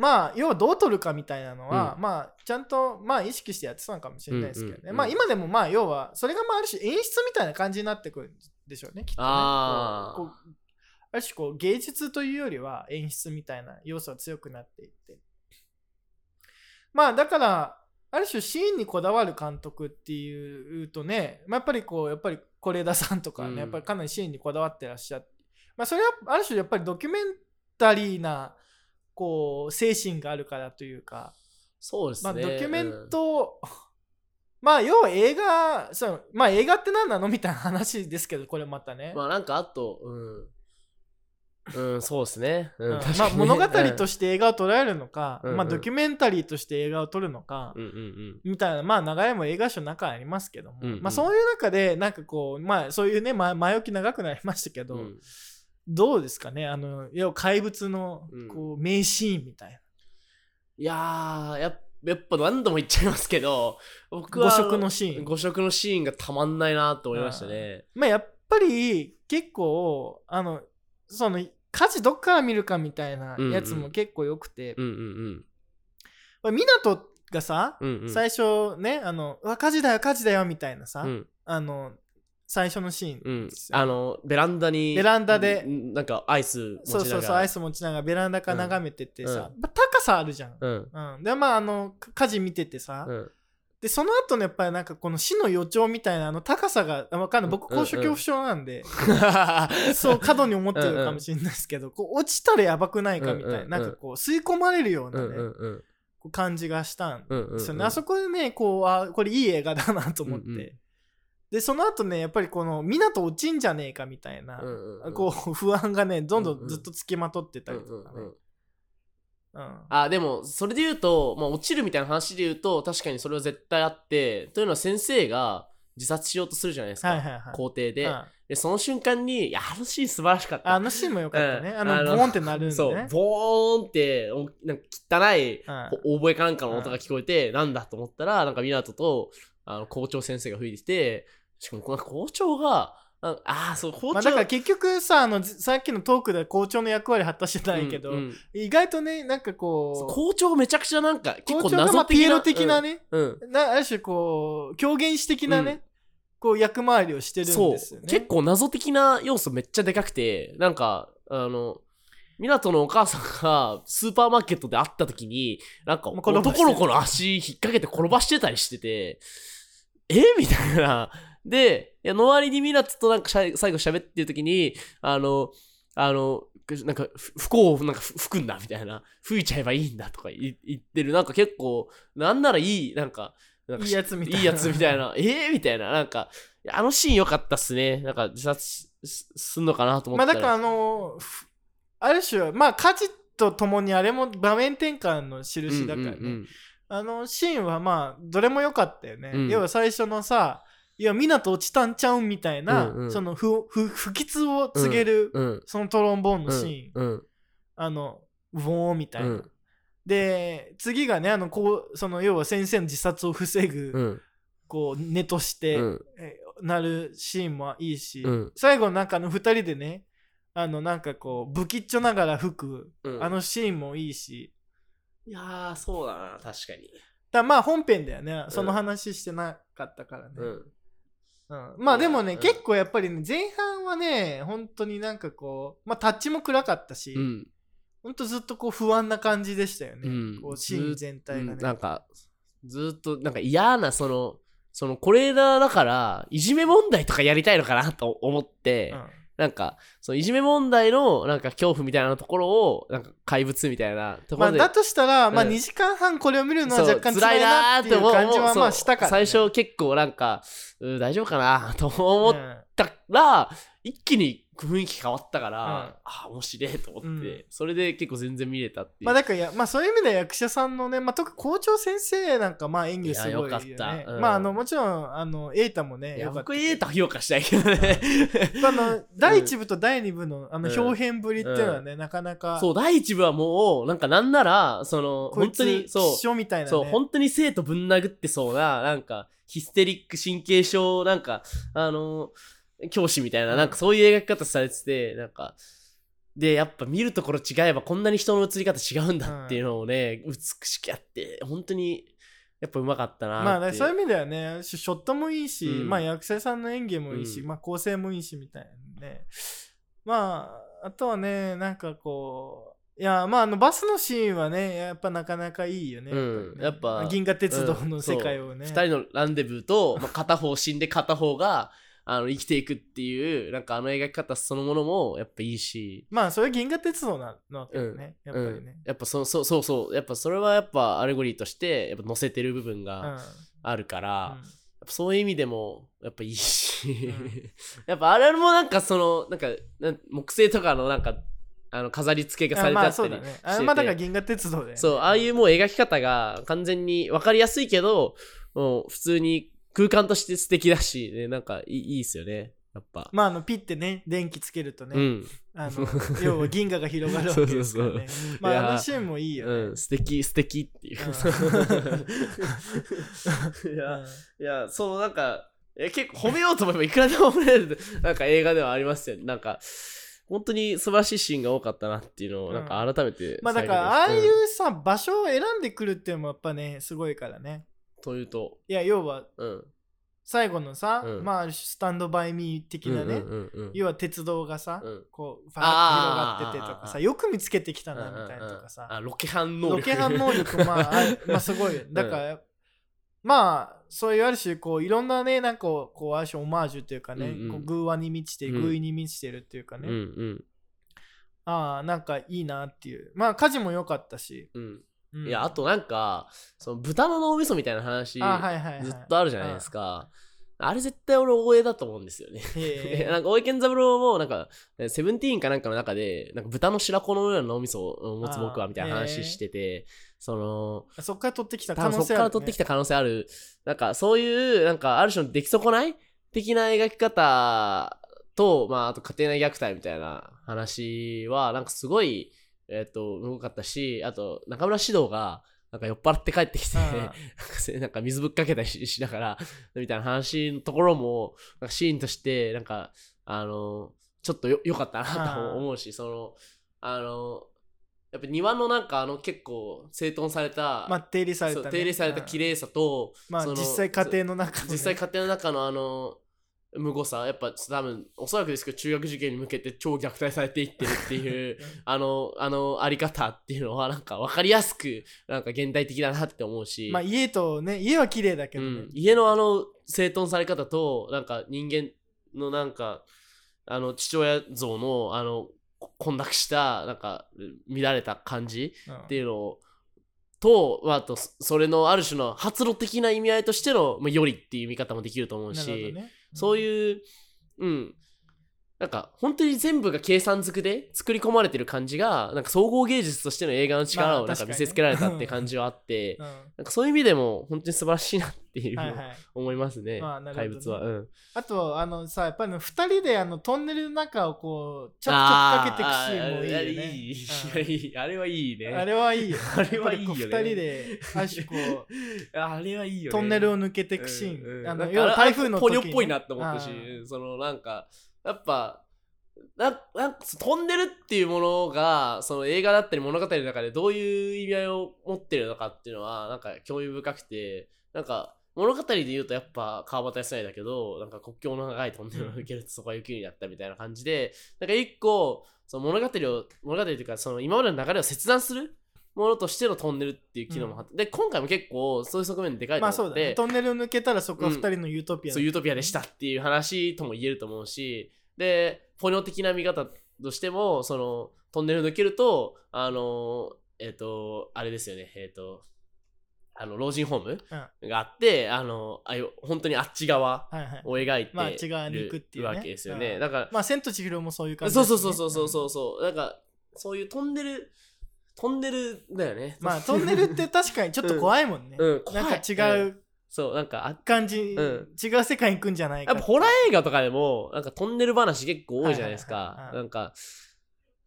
Speaker 2: まあ要はどう撮るかみたいなのは、
Speaker 3: う
Speaker 2: まあちゃんとまあ意識してやってたのかもしれないですけどね、
Speaker 3: うんうんうん
Speaker 2: まあ今でもまあ要はそれがまあある種演出みたいな感じになってくるんでしょうねきっとね
Speaker 3: あー
Speaker 2: こうこうある種こう芸術というよりは演出みたいな要素が強くなっていってまあだからある種シーンにこだわる監督っていうとね、まあ、やっぱりこうやっぱり是枝さんとかね、
Speaker 3: うん
Speaker 2: やっぱりかなりシーンにこだわってらっしゃって、まあ、それはある種やっぱりドキュメンタリーなこう精神があるからというか、
Speaker 3: そうです
Speaker 2: ま
Speaker 3: ね、
Speaker 2: あ、ドキュメント、 まあ要は映画そう、まあ、映画って何なのみたいな話ですけどこれまたね、
Speaker 3: うんまあなんかあとうん、うん、そうですね,、うん
Speaker 2: うん
Speaker 3: 確
Speaker 2: ま
Speaker 3: か
Speaker 2: あ、
Speaker 3: に
Speaker 2: 物語と
Speaker 3: して、
Speaker 2: して映画を捉えるのか、
Speaker 3: うんうん
Speaker 2: まあ、ドキュメンタリーとして映画を撮るのか、
Speaker 3: うんうんうん
Speaker 2: みたいな、まあ、長屋も映画賞の中にありますけども、
Speaker 3: うんうん
Speaker 2: まあ、そういう中で、なんかこう、まあ、そういうね、ま、前置き長くなりましたけど、
Speaker 3: うん
Speaker 2: どうですかね、あの、要は怪物の
Speaker 3: うん、
Speaker 2: こう、名シーンみたいな。
Speaker 3: いやーやっやっぱ何度も言っちゃいますけど僕は
Speaker 2: 五色のシーン。
Speaker 3: 五色のシーンがたまんないなと思いましたね。
Speaker 2: まあ、やっぱり、結構、あの、その、家事どっから見るかみたいなやつ
Speaker 3: うんう
Speaker 2: も
Speaker 3: ん
Speaker 2: 結構良くて、
Speaker 3: うんうん
Speaker 2: まあ、港がさ、
Speaker 3: うんうんうん。
Speaker 2: 最初ね、あの、うわ、火事だよ、火事だよ、みたいなさ、
Speaker 3: うん
Speaker 2: あの、最初のシーン。
Speaker 3: うん。あのベランダに
Speaker 2: ベランダで
Speaker 3: うんなんかアイス持ちな
Speaker 2: そう
Speaker 3: がら
Speaker 2: そうそう、アイ
Speaker 3: ス。
Speaker 2: ス持ちながらベランダから眺めてってさ、
Speaker 3: う
Speaker 2: まあ高さあるじゃん。
Speaker 3: うん
Speaker 2: うん、でまああのか火事見ててさ、
Speaker 3: うん
Speaker 2: でその後のやっぱりなんかこの死の予兆みたいなあの高さがあわかんない僕高所恐怖症なんで、 そう過度に思ってるかもしれないですけどこう落ちたらやばくないかみたいな,、
Speaker 3: うんうんうん
Speaker 2: なんかこう吸い込まれるよう
Speaker 3: う
Speaker 2: なね、
Speaker 3: んうんうん
Speaker 2: こう感じがしたん
Speaker 3: うんうん
Speaker 2: ですよね、
Speaker 3: うん
Speaker 2: あそこでねこうあこれいい映画だなと思って、
Speaker 3: うんうん
Speaker 2: でその後ねやっぱりこの港落ちんじゃねえかみたいな、
Speaker 3: うんうんうん
Speaker 2: こう不安がねどんどんずっとつきまとってたりとかね、
Speaker 3: うんうんうん
Speaker 2: うん
Speaker 3: あでもそれで言うと、まあ、落ちるみたいな話で言うと確かにそれは絶対あってというのは先生が自殺しようとするじゃないですか、
Speaker 2: はいはいはい
Speaker 3: 校庭で,、
Speaker 2: うん
Speaker 3: でその瞬間にいやあのシーン素晴らしかった
Speaker 2: あのシーンも良かったね。
Speaker 3: うん
Speaker 2: あの、
Speaker 3: あの
Speaker 2: ボーンってなるんで
Speaker 3: そう
Speaker 2: ね。
Speaker 3: ボーンっておなんか汚い
Speaker 2: うん
Speaker 3: こう覚えかなんかの音が聞こえて、なんだと思ったら、なんか湊とあの校長先生が吹いてきて、しかもこの校長が、ああー、そう、校長、
Speaker 2: まあ、だから結局さあのずさっきのトークで校長の役割果たしてたんやけど、
Speaker 3: うんうん
Speaker 2: 意外とねなんか
Speaker 3: そう
Speaker 2: こ
Speaker 3: 校長めちゃくちゃなんか、
Speaker 2: う
Speaker 3: 結
Speaker 2: 校
Speaker 3: 構
Speaker 2: 長がま
Speaker 3: 謎
Speaker 2: あピ
Speaker 3: 的
Speaker 2: エ
Speaker 3: な。
Speaker 2: ロ的なね、
Speaker 3: うんうん
Speaker 2: なある種こう狂言師的なね、
Speaker 3: うん
Speaker 2: こう役回りをしてるん
Speaker 3: そう、
Speaker 2: ですよね。
Speaker 3: 結構謎的な要素めっちゃでかくて、なんか、あの、港のお母さんがスーパーマーケットで会った時に、なんか
Speaker 2: もう転ばして
Speaker 3: 男の子の足引っ掛けて転ばしてたりしてて、えみたいな。で、いや、のわりに港となんかしゃ最後喋ってる時に、あの、あの、なんか、ふ不幸をなんかふ吹くんだみたいな、吹いちゃえばいいんだとかい言ってる、なんか結構、なんならいい、なんか、なんか
Speaker 2: いいやつみたいな。
Speaker 3: いいやつみたいな。え ー、みたいな。なんか、いやあのシーン良かったっすね。なんか自殺しすすんのかなと思
Speaker 2: ま
Speaker 3: っ
Speaker 2: あ
Speaker 3: た
Speaker 2: だ
Speaker 3: ら。
Speaker 2: からあのふある種まあ家事とともにあれも場面転換の印だからね。
Speaker 3: うんうん
Speaker 2: あのシーンはまあどれも良かったよね、
Speaker 3: うん
Speaker 2: 要は最初のさいや港落ちたんちゃうんみたいな、
Speaker 3: うんうん
Speaker 2: その不不不吉を告げる、
Speaker 3: うん。うん。
Speaker 2: そのトロンボーンのシーン、
Speaker 3: うん。うん
Speaker 2: あのウォーみたいな、
Speaker 3: うん
Speaker 2: で次がねあのこうその要は先生の自殺を防ぐ、
Speaker 3: うん。
Speaker 2: こう寝として、
Speaker 3: うん。
Speaker 2: えなるシーンもいいし、
Speaker 3: うん
Speaker 2: 最後なんかあの2人でねあのなんかこう不吉っちょながら吹く、
Speaker 3: うん
Speaker 2: あのシーンもいいし
Speaker 3: いやー、そうだな。確か
Speaker 2: だ
Speaker 3: に。
Speaker 2: からまあ本編だよねその話してなかったからね、
Speaker 3: うん。
Speaker 2: うんまあでもね、
Speaker 3: うん
Speaker 2: 結構やっぱりね前半はね本当になんかこうまあタッチも暗かったし、
Speaker 3: うん。
Speaker 2: ほんとずっとこう不安な感じでしたよね、
Speaker 3: うん
Speaker 2: こうシーン全体が
Speaker 3: うん
Speaker 2: ね、
Speaker 3: なんか、ずーっと、なんか嫌な、その、その、これだだから、いじめ問題とかやりたいのかなと思って、
Speaker 2: うん
Speaker 3: なんか、そのいじめ問題の、なんか恐怖みたいなところを、なんか怪物みたいなとこ
Speaker 2: ま
Speaker 3: ろ
Speaker 2: あ、
Speaker 3: で。
Speaker 2: だとしたら、まあ、
Speaker 3: うん
Speaker 2: 2時間半これを見るのは
Speaker 3: そう
Speaker 2: 若干辛いなっていう感じ
Speaker 3: 辛い
Speaker 2: は
Speaker 3: なーって
Speaker 2: ま
Speaker 3: 思
Speaker 2: あ
Speaker 3: う
Speaker 2: したから、
Speaker 3: そう最初結構なんか、うん大丈夫かな と思
Speaker 2: 思
Speaker 3: っったら一気に雰囲気変わったから、
Speaker 2: うん
Speaker 3: あ面白いと思って、
Speaker 2: うん
Speaker 3: それで結構全然見れたっていう、
Speaker 2: まあだからや、まあ、そういう意味では役者さんのね、まあ、特に校長先生なんかまあ演技すごいよ、ね、
Speaker 3: いやよかったうん
Speaker 2: まああのもちろんあの瑛太もね
Speaker 3: い
Speaker 2: よ
Speaker 3: や
Speaker 2: かった
Speaker 3: 僕ええと評価したいけどね、
Speaker 2: あの第1部と第2部のあの
Speaker 3: うん
Speaker 2: 表現ぶりっていうのはね、なかなか
Speaker 3: そう第一部はもうなんかなんならその
Speaker 2: こい
Speaker 3: 本
Speaker 2: つ
Speaker 3: 当にそう
Speaker 2: 一緒みたいな、ね、
Speaker 3: そう本当に生徒ぶん殴ってそうななんかヒステリック神経症なんかあの教師みたいななんかそういう描き方されててなんかでやっぱ見るところ違えばこんなに人の映り方違うんだっていうのをね、美しくやって本当にやっぱうまかったなって
Speaker 2: まあね、そういう意味ではねシショットもいいし、
Speaker 3: うん
Speaker 2: まあ役者さんの演技もいいし、
Speaker 3: うん
Speaker 2: まあ構成もいいしみたいなねまああとはねなんかこういやまああのバスのシーンはねやっぱなかなかいいよね,、
Speaker 3: うん
Speaker 2: ね
Speaker 3: やっぱ
Speaker 2: 銀河鉄道の世界をね、
Speaker 3: 2人のランデブーと、まあ、片方死んで片方があの生きていくっていうなんかあの描き方そのものもやっぱいいし
Speaker 2: まあそれは銀河鉄道なのだよね、やっぱり
Speaker 3: う
Speaker 2: ね
Speaker 3: ん、、やっぱそそうそうそうやっぱそれはやっぱアレゴリーとしてやっぱ載せてる部分
Speaker 2: うん
Speaker 3: があるから、
Speaker 2: うん
Speaker 3: やっぱそういう意味でもやっぱいいし、
Speaker 2: う
Speaker 3: やっぱあれもなんかそのなんかなん木製とかのなんかあの飾り付けがされて
Speaker 2: ま
Speaker 3: あ
Speaker 2: あ
Speaker 3: った
Speaker 2: そう
Speaker 3: り
Speaker 2: だね
Speaker 3: し
Speaker 2: あ
Speaker 3: てて
Speaker 2: まあだから銀河鉄道で、ね、
Speaker 3: そう、ああいうもう描き方が完全に分かりやすいけど、もう普通に空間として素敵だし、ね、なんかいいいいっすよね、やっぱ。
Speaker 2: まああのピッてね電気つけるとね、
Speaker 3: うん、
Speaker 2: あの要は銀河が広がるわけですからね
Speaker 3: そう
Speaker 2: ま
Speaker 3: いや
Speaker 2: ああのシーンもいいよね、
Speaker 3: うん、素敵素敵っていう。いや、
Speaker 2: うん
Speaker 3: いや、そのなんか、え結構褒めようと思えばいくらでも褒めれる、 なんか映画ではありますよね。なんか、本当に素晴らしいシーンが多かったなっていうのを、
Speaker 2: うん
Speaker 3: なんか改めて
Speaker 2: まあだ
Speaker 3: 再
Speaker 2: か
Speaker 3: 確認
Speaker 2: らああい
Speaker 3: ん
Speaker 2: うさ場所を選んでくるっていうのもやっぱねすごいからね
Speaker 3: というと、
Speaker 2: いや要は
Speaker 3: うん。
Speaker 2: 最後のさ、
Speaker 3: うん
Speaker 2: まあスタンドバイミー的なね、
Speaker 3: うんうんうんうん
Speaker 2: 要は鉄道がさ、
Speaker 3: うん
Speaker 2: こうファーッと
Speaker 3: あー
Speaker 2: 広がっててとかさよく見つけてきたなみたいなとか
Speaker 3: うんうんうん
Speaker 2: さ
Speaker 3: あロケハン能力
Speaker 2: ロケハン能力まああまあすごいよだから、まあそういうある種こういろんなねなんかこうこうある種オマージュっていうかね、
Speaker 3: うんうん
Speaker 2: こう偶話に満ちて
Speaker 3: うん
Speaker 2: 偶意に満ちてるっていうかね、
Speaker 3: うん
Speaker 2: ああなんかいいなっていうまあ家事も良かったし、
Speaker 3: うんうん
Speaker 2: うん
Speaker 3: いやあとなんかその豚の脳みそみたいな話ず
Speaker 2: あはいはいはい
Speaker 3: っとあるじゃないですかあれ絶対俺大江だと思うんですよね
Speaker 2: へえ
Speaker 3: なんか大江健三郎もなんかセブンティーンかなんかの中でなんか豚の白子のような脳みそを持つ僕
Speaker 2: あ
Speaker 3: は
Speaker 2: ー
Speaker 3: みたいな話しててその
Speaker 2: そっから取ってきた
Speaker 3: 多
Speaker 2: 可
Speaker 3: 分
Speaker 2: 能
Speaker 3: そ
Speaker 2: 性
Speaker 3: っ
Speaker 2: ある、
Speaker 3: か
Speaker 2: ね、
Speaker 3: ら取ってきた可能性あるなんかそういうなんかある種の出来損ない的な描き方と、まあ、あと家庭内虐待みたいな話はなんかすごいえっ、と動かったしあと中村獅童がなんか酔っ払って帰ってきて、
Speaker 2: うん
Speaker 3: なんかせ なんか水ぶっかけたりししながら みたいな話のところもなんかシーンとしてなんかあのちょっとよ良かったなとも思うし、そのあのやっぱ庭のなんかあの結構整頓された、
Speaker 2: まあ、定理された、
Speaker 3: そう
Speaker 2: ね、
Speaker 3: 手入れされた
Speaker 2: うん
Speaker 3: 綺麗さと、
Speaker 2: まあ
Speaker 3: その
Speaker 2: 実際家庭の中でね、
Speaker 3: 実際家庭の中のあの無誤さやっぱ多分おそらくですけど中学受験に向けて超虐待されていってるって いうあのあのあり方っていうのはなんか分かりやすくなんか現代的だなって思うし、
Speaker 2: まあ家とね家は綺麗だけどね、
Speaker 3: うん、家のあの整頓され方となんか人間のなんかあの父親像のあのこ混濁したなんか乱れた感じ
Speaker 2: うん
Speaker 3: っていうのをと、まあ、あとそそれのある種の発露的な意味合いとしての、まあ、よりっていう見方もできると思う
Speaker 2: な
Speaker 3: し
Speaker 2: るほどね
Speaker 3: そう
Speaker 2: うん
Speaker 3: いううんなんか本当に全部が計算づくで作り込まれてる感じがなんか総合芸術としての映画の力
Speaker 2: ま
Speaker 3: を
Speaker 2: あ
Speaker 3: なんか
Speaker 2: 確か
Speaker 3: 見
Speaker 2: にね
Speaker 3: せつけられたって感じはあって、
Speaker 2: うん
Speaker 3: なんかそういう意味でも本当に素晴らしいなっていう、
Speaker 2: はいはい、
Speaker 3: 思いますね、
Speaker 2: まあなるほ
Speaker 3: 怪
Speaker 2: どね
Speaker 3: 物は。うん、
Speaker 2: あとあのさやっぱり2人であのトンネルの中をこうちょっと
Speaker 3: あ
Speaker 2: かけていくシーンもいいよ
Speaker 3: ああれ
Speaker 2: ね
Speaker 3: いい
Speaker 2: うん
Speaker 3: いやいいあれはいいね。
Speaker 2: あれはいいよ。
Speaker 3: あれはいいよね
Speaker 2: やっぱりこう二人 で、ある種こう、
Speaker 3: あれはいいよね。
Speaker 2: トンネルを抜けていくシーン。あの要は台風の
Speaker 3: ポ
Speaker 2: 時
Speaker 3: ニ
Speaker 2: に
Speaker 3: ョっぽいなって思った
Speaker 2: あ
Speaker 3: し
Speaker 2: ー
Speaker 3: そのなんかやっぱななんか飛んでるっていうものがその映画だったり物語の中でどういう意味合いを持ってるのかっていうのはなんか興味深くてなんか物語で言うとやっぱ川端康成だけどなんか国境の長いトンネルを抜けるとそこは雪になったみたいな感じでなんか一個その物語を物語というかその今までの流れを切断するものとしてのトンネルっていう機能もあって、で今回も結構そういう側面でかいと
Speaker 2: ま
Speaker 3: 思
Speaker 2: あそ
Speaker 3: って、
Speaker 2: うだね。トンネルを抜けたらそこは2人のユートピアだ
Speaker 3: そうユートピアでしたっていう話とも言えると思うしでポニョ的な見方としてもそのトンネル抜けるとあのえっ、とあれですよねえっ、とあの老人ホームがあって、あのああいう本当にあっち側
Speaker 2: はいはい
Speaker 3: を描いてる、
Speaker 2: まああっち側に行くっていうね
Speaker 3: わけですよね、
Speaker 2: うん
Speaker 3: だから
Speaker 2: まあ千と千尋もそういう感じで
Speaker 3: そう
Speaker 2: すね、
Speaker 3: そうそうそうそうそうそうなんかそういうトンネルトンネルだよね
Speaker 2: まあトンネルって確かにちょっと怖いもんね、
Speaker 3: うん怖
Speaker 2: ないんか違
Speaker 3: ん
Speaker 2: う
Speaker 3: そうなんかあ
Speaker 2: 感じ、
Speaker 3: うん
Speaker 2: 違う世界に行くんじゃない
Speaker 3: や
Speaker 2: か
Speaker 3: っぱホラー映画とかでもなんかトンネル話結構多いじゃないです
Speaker 2: はいはいはい
Speaker 3: か
Speaker 2: はい
Speaker 3: なんか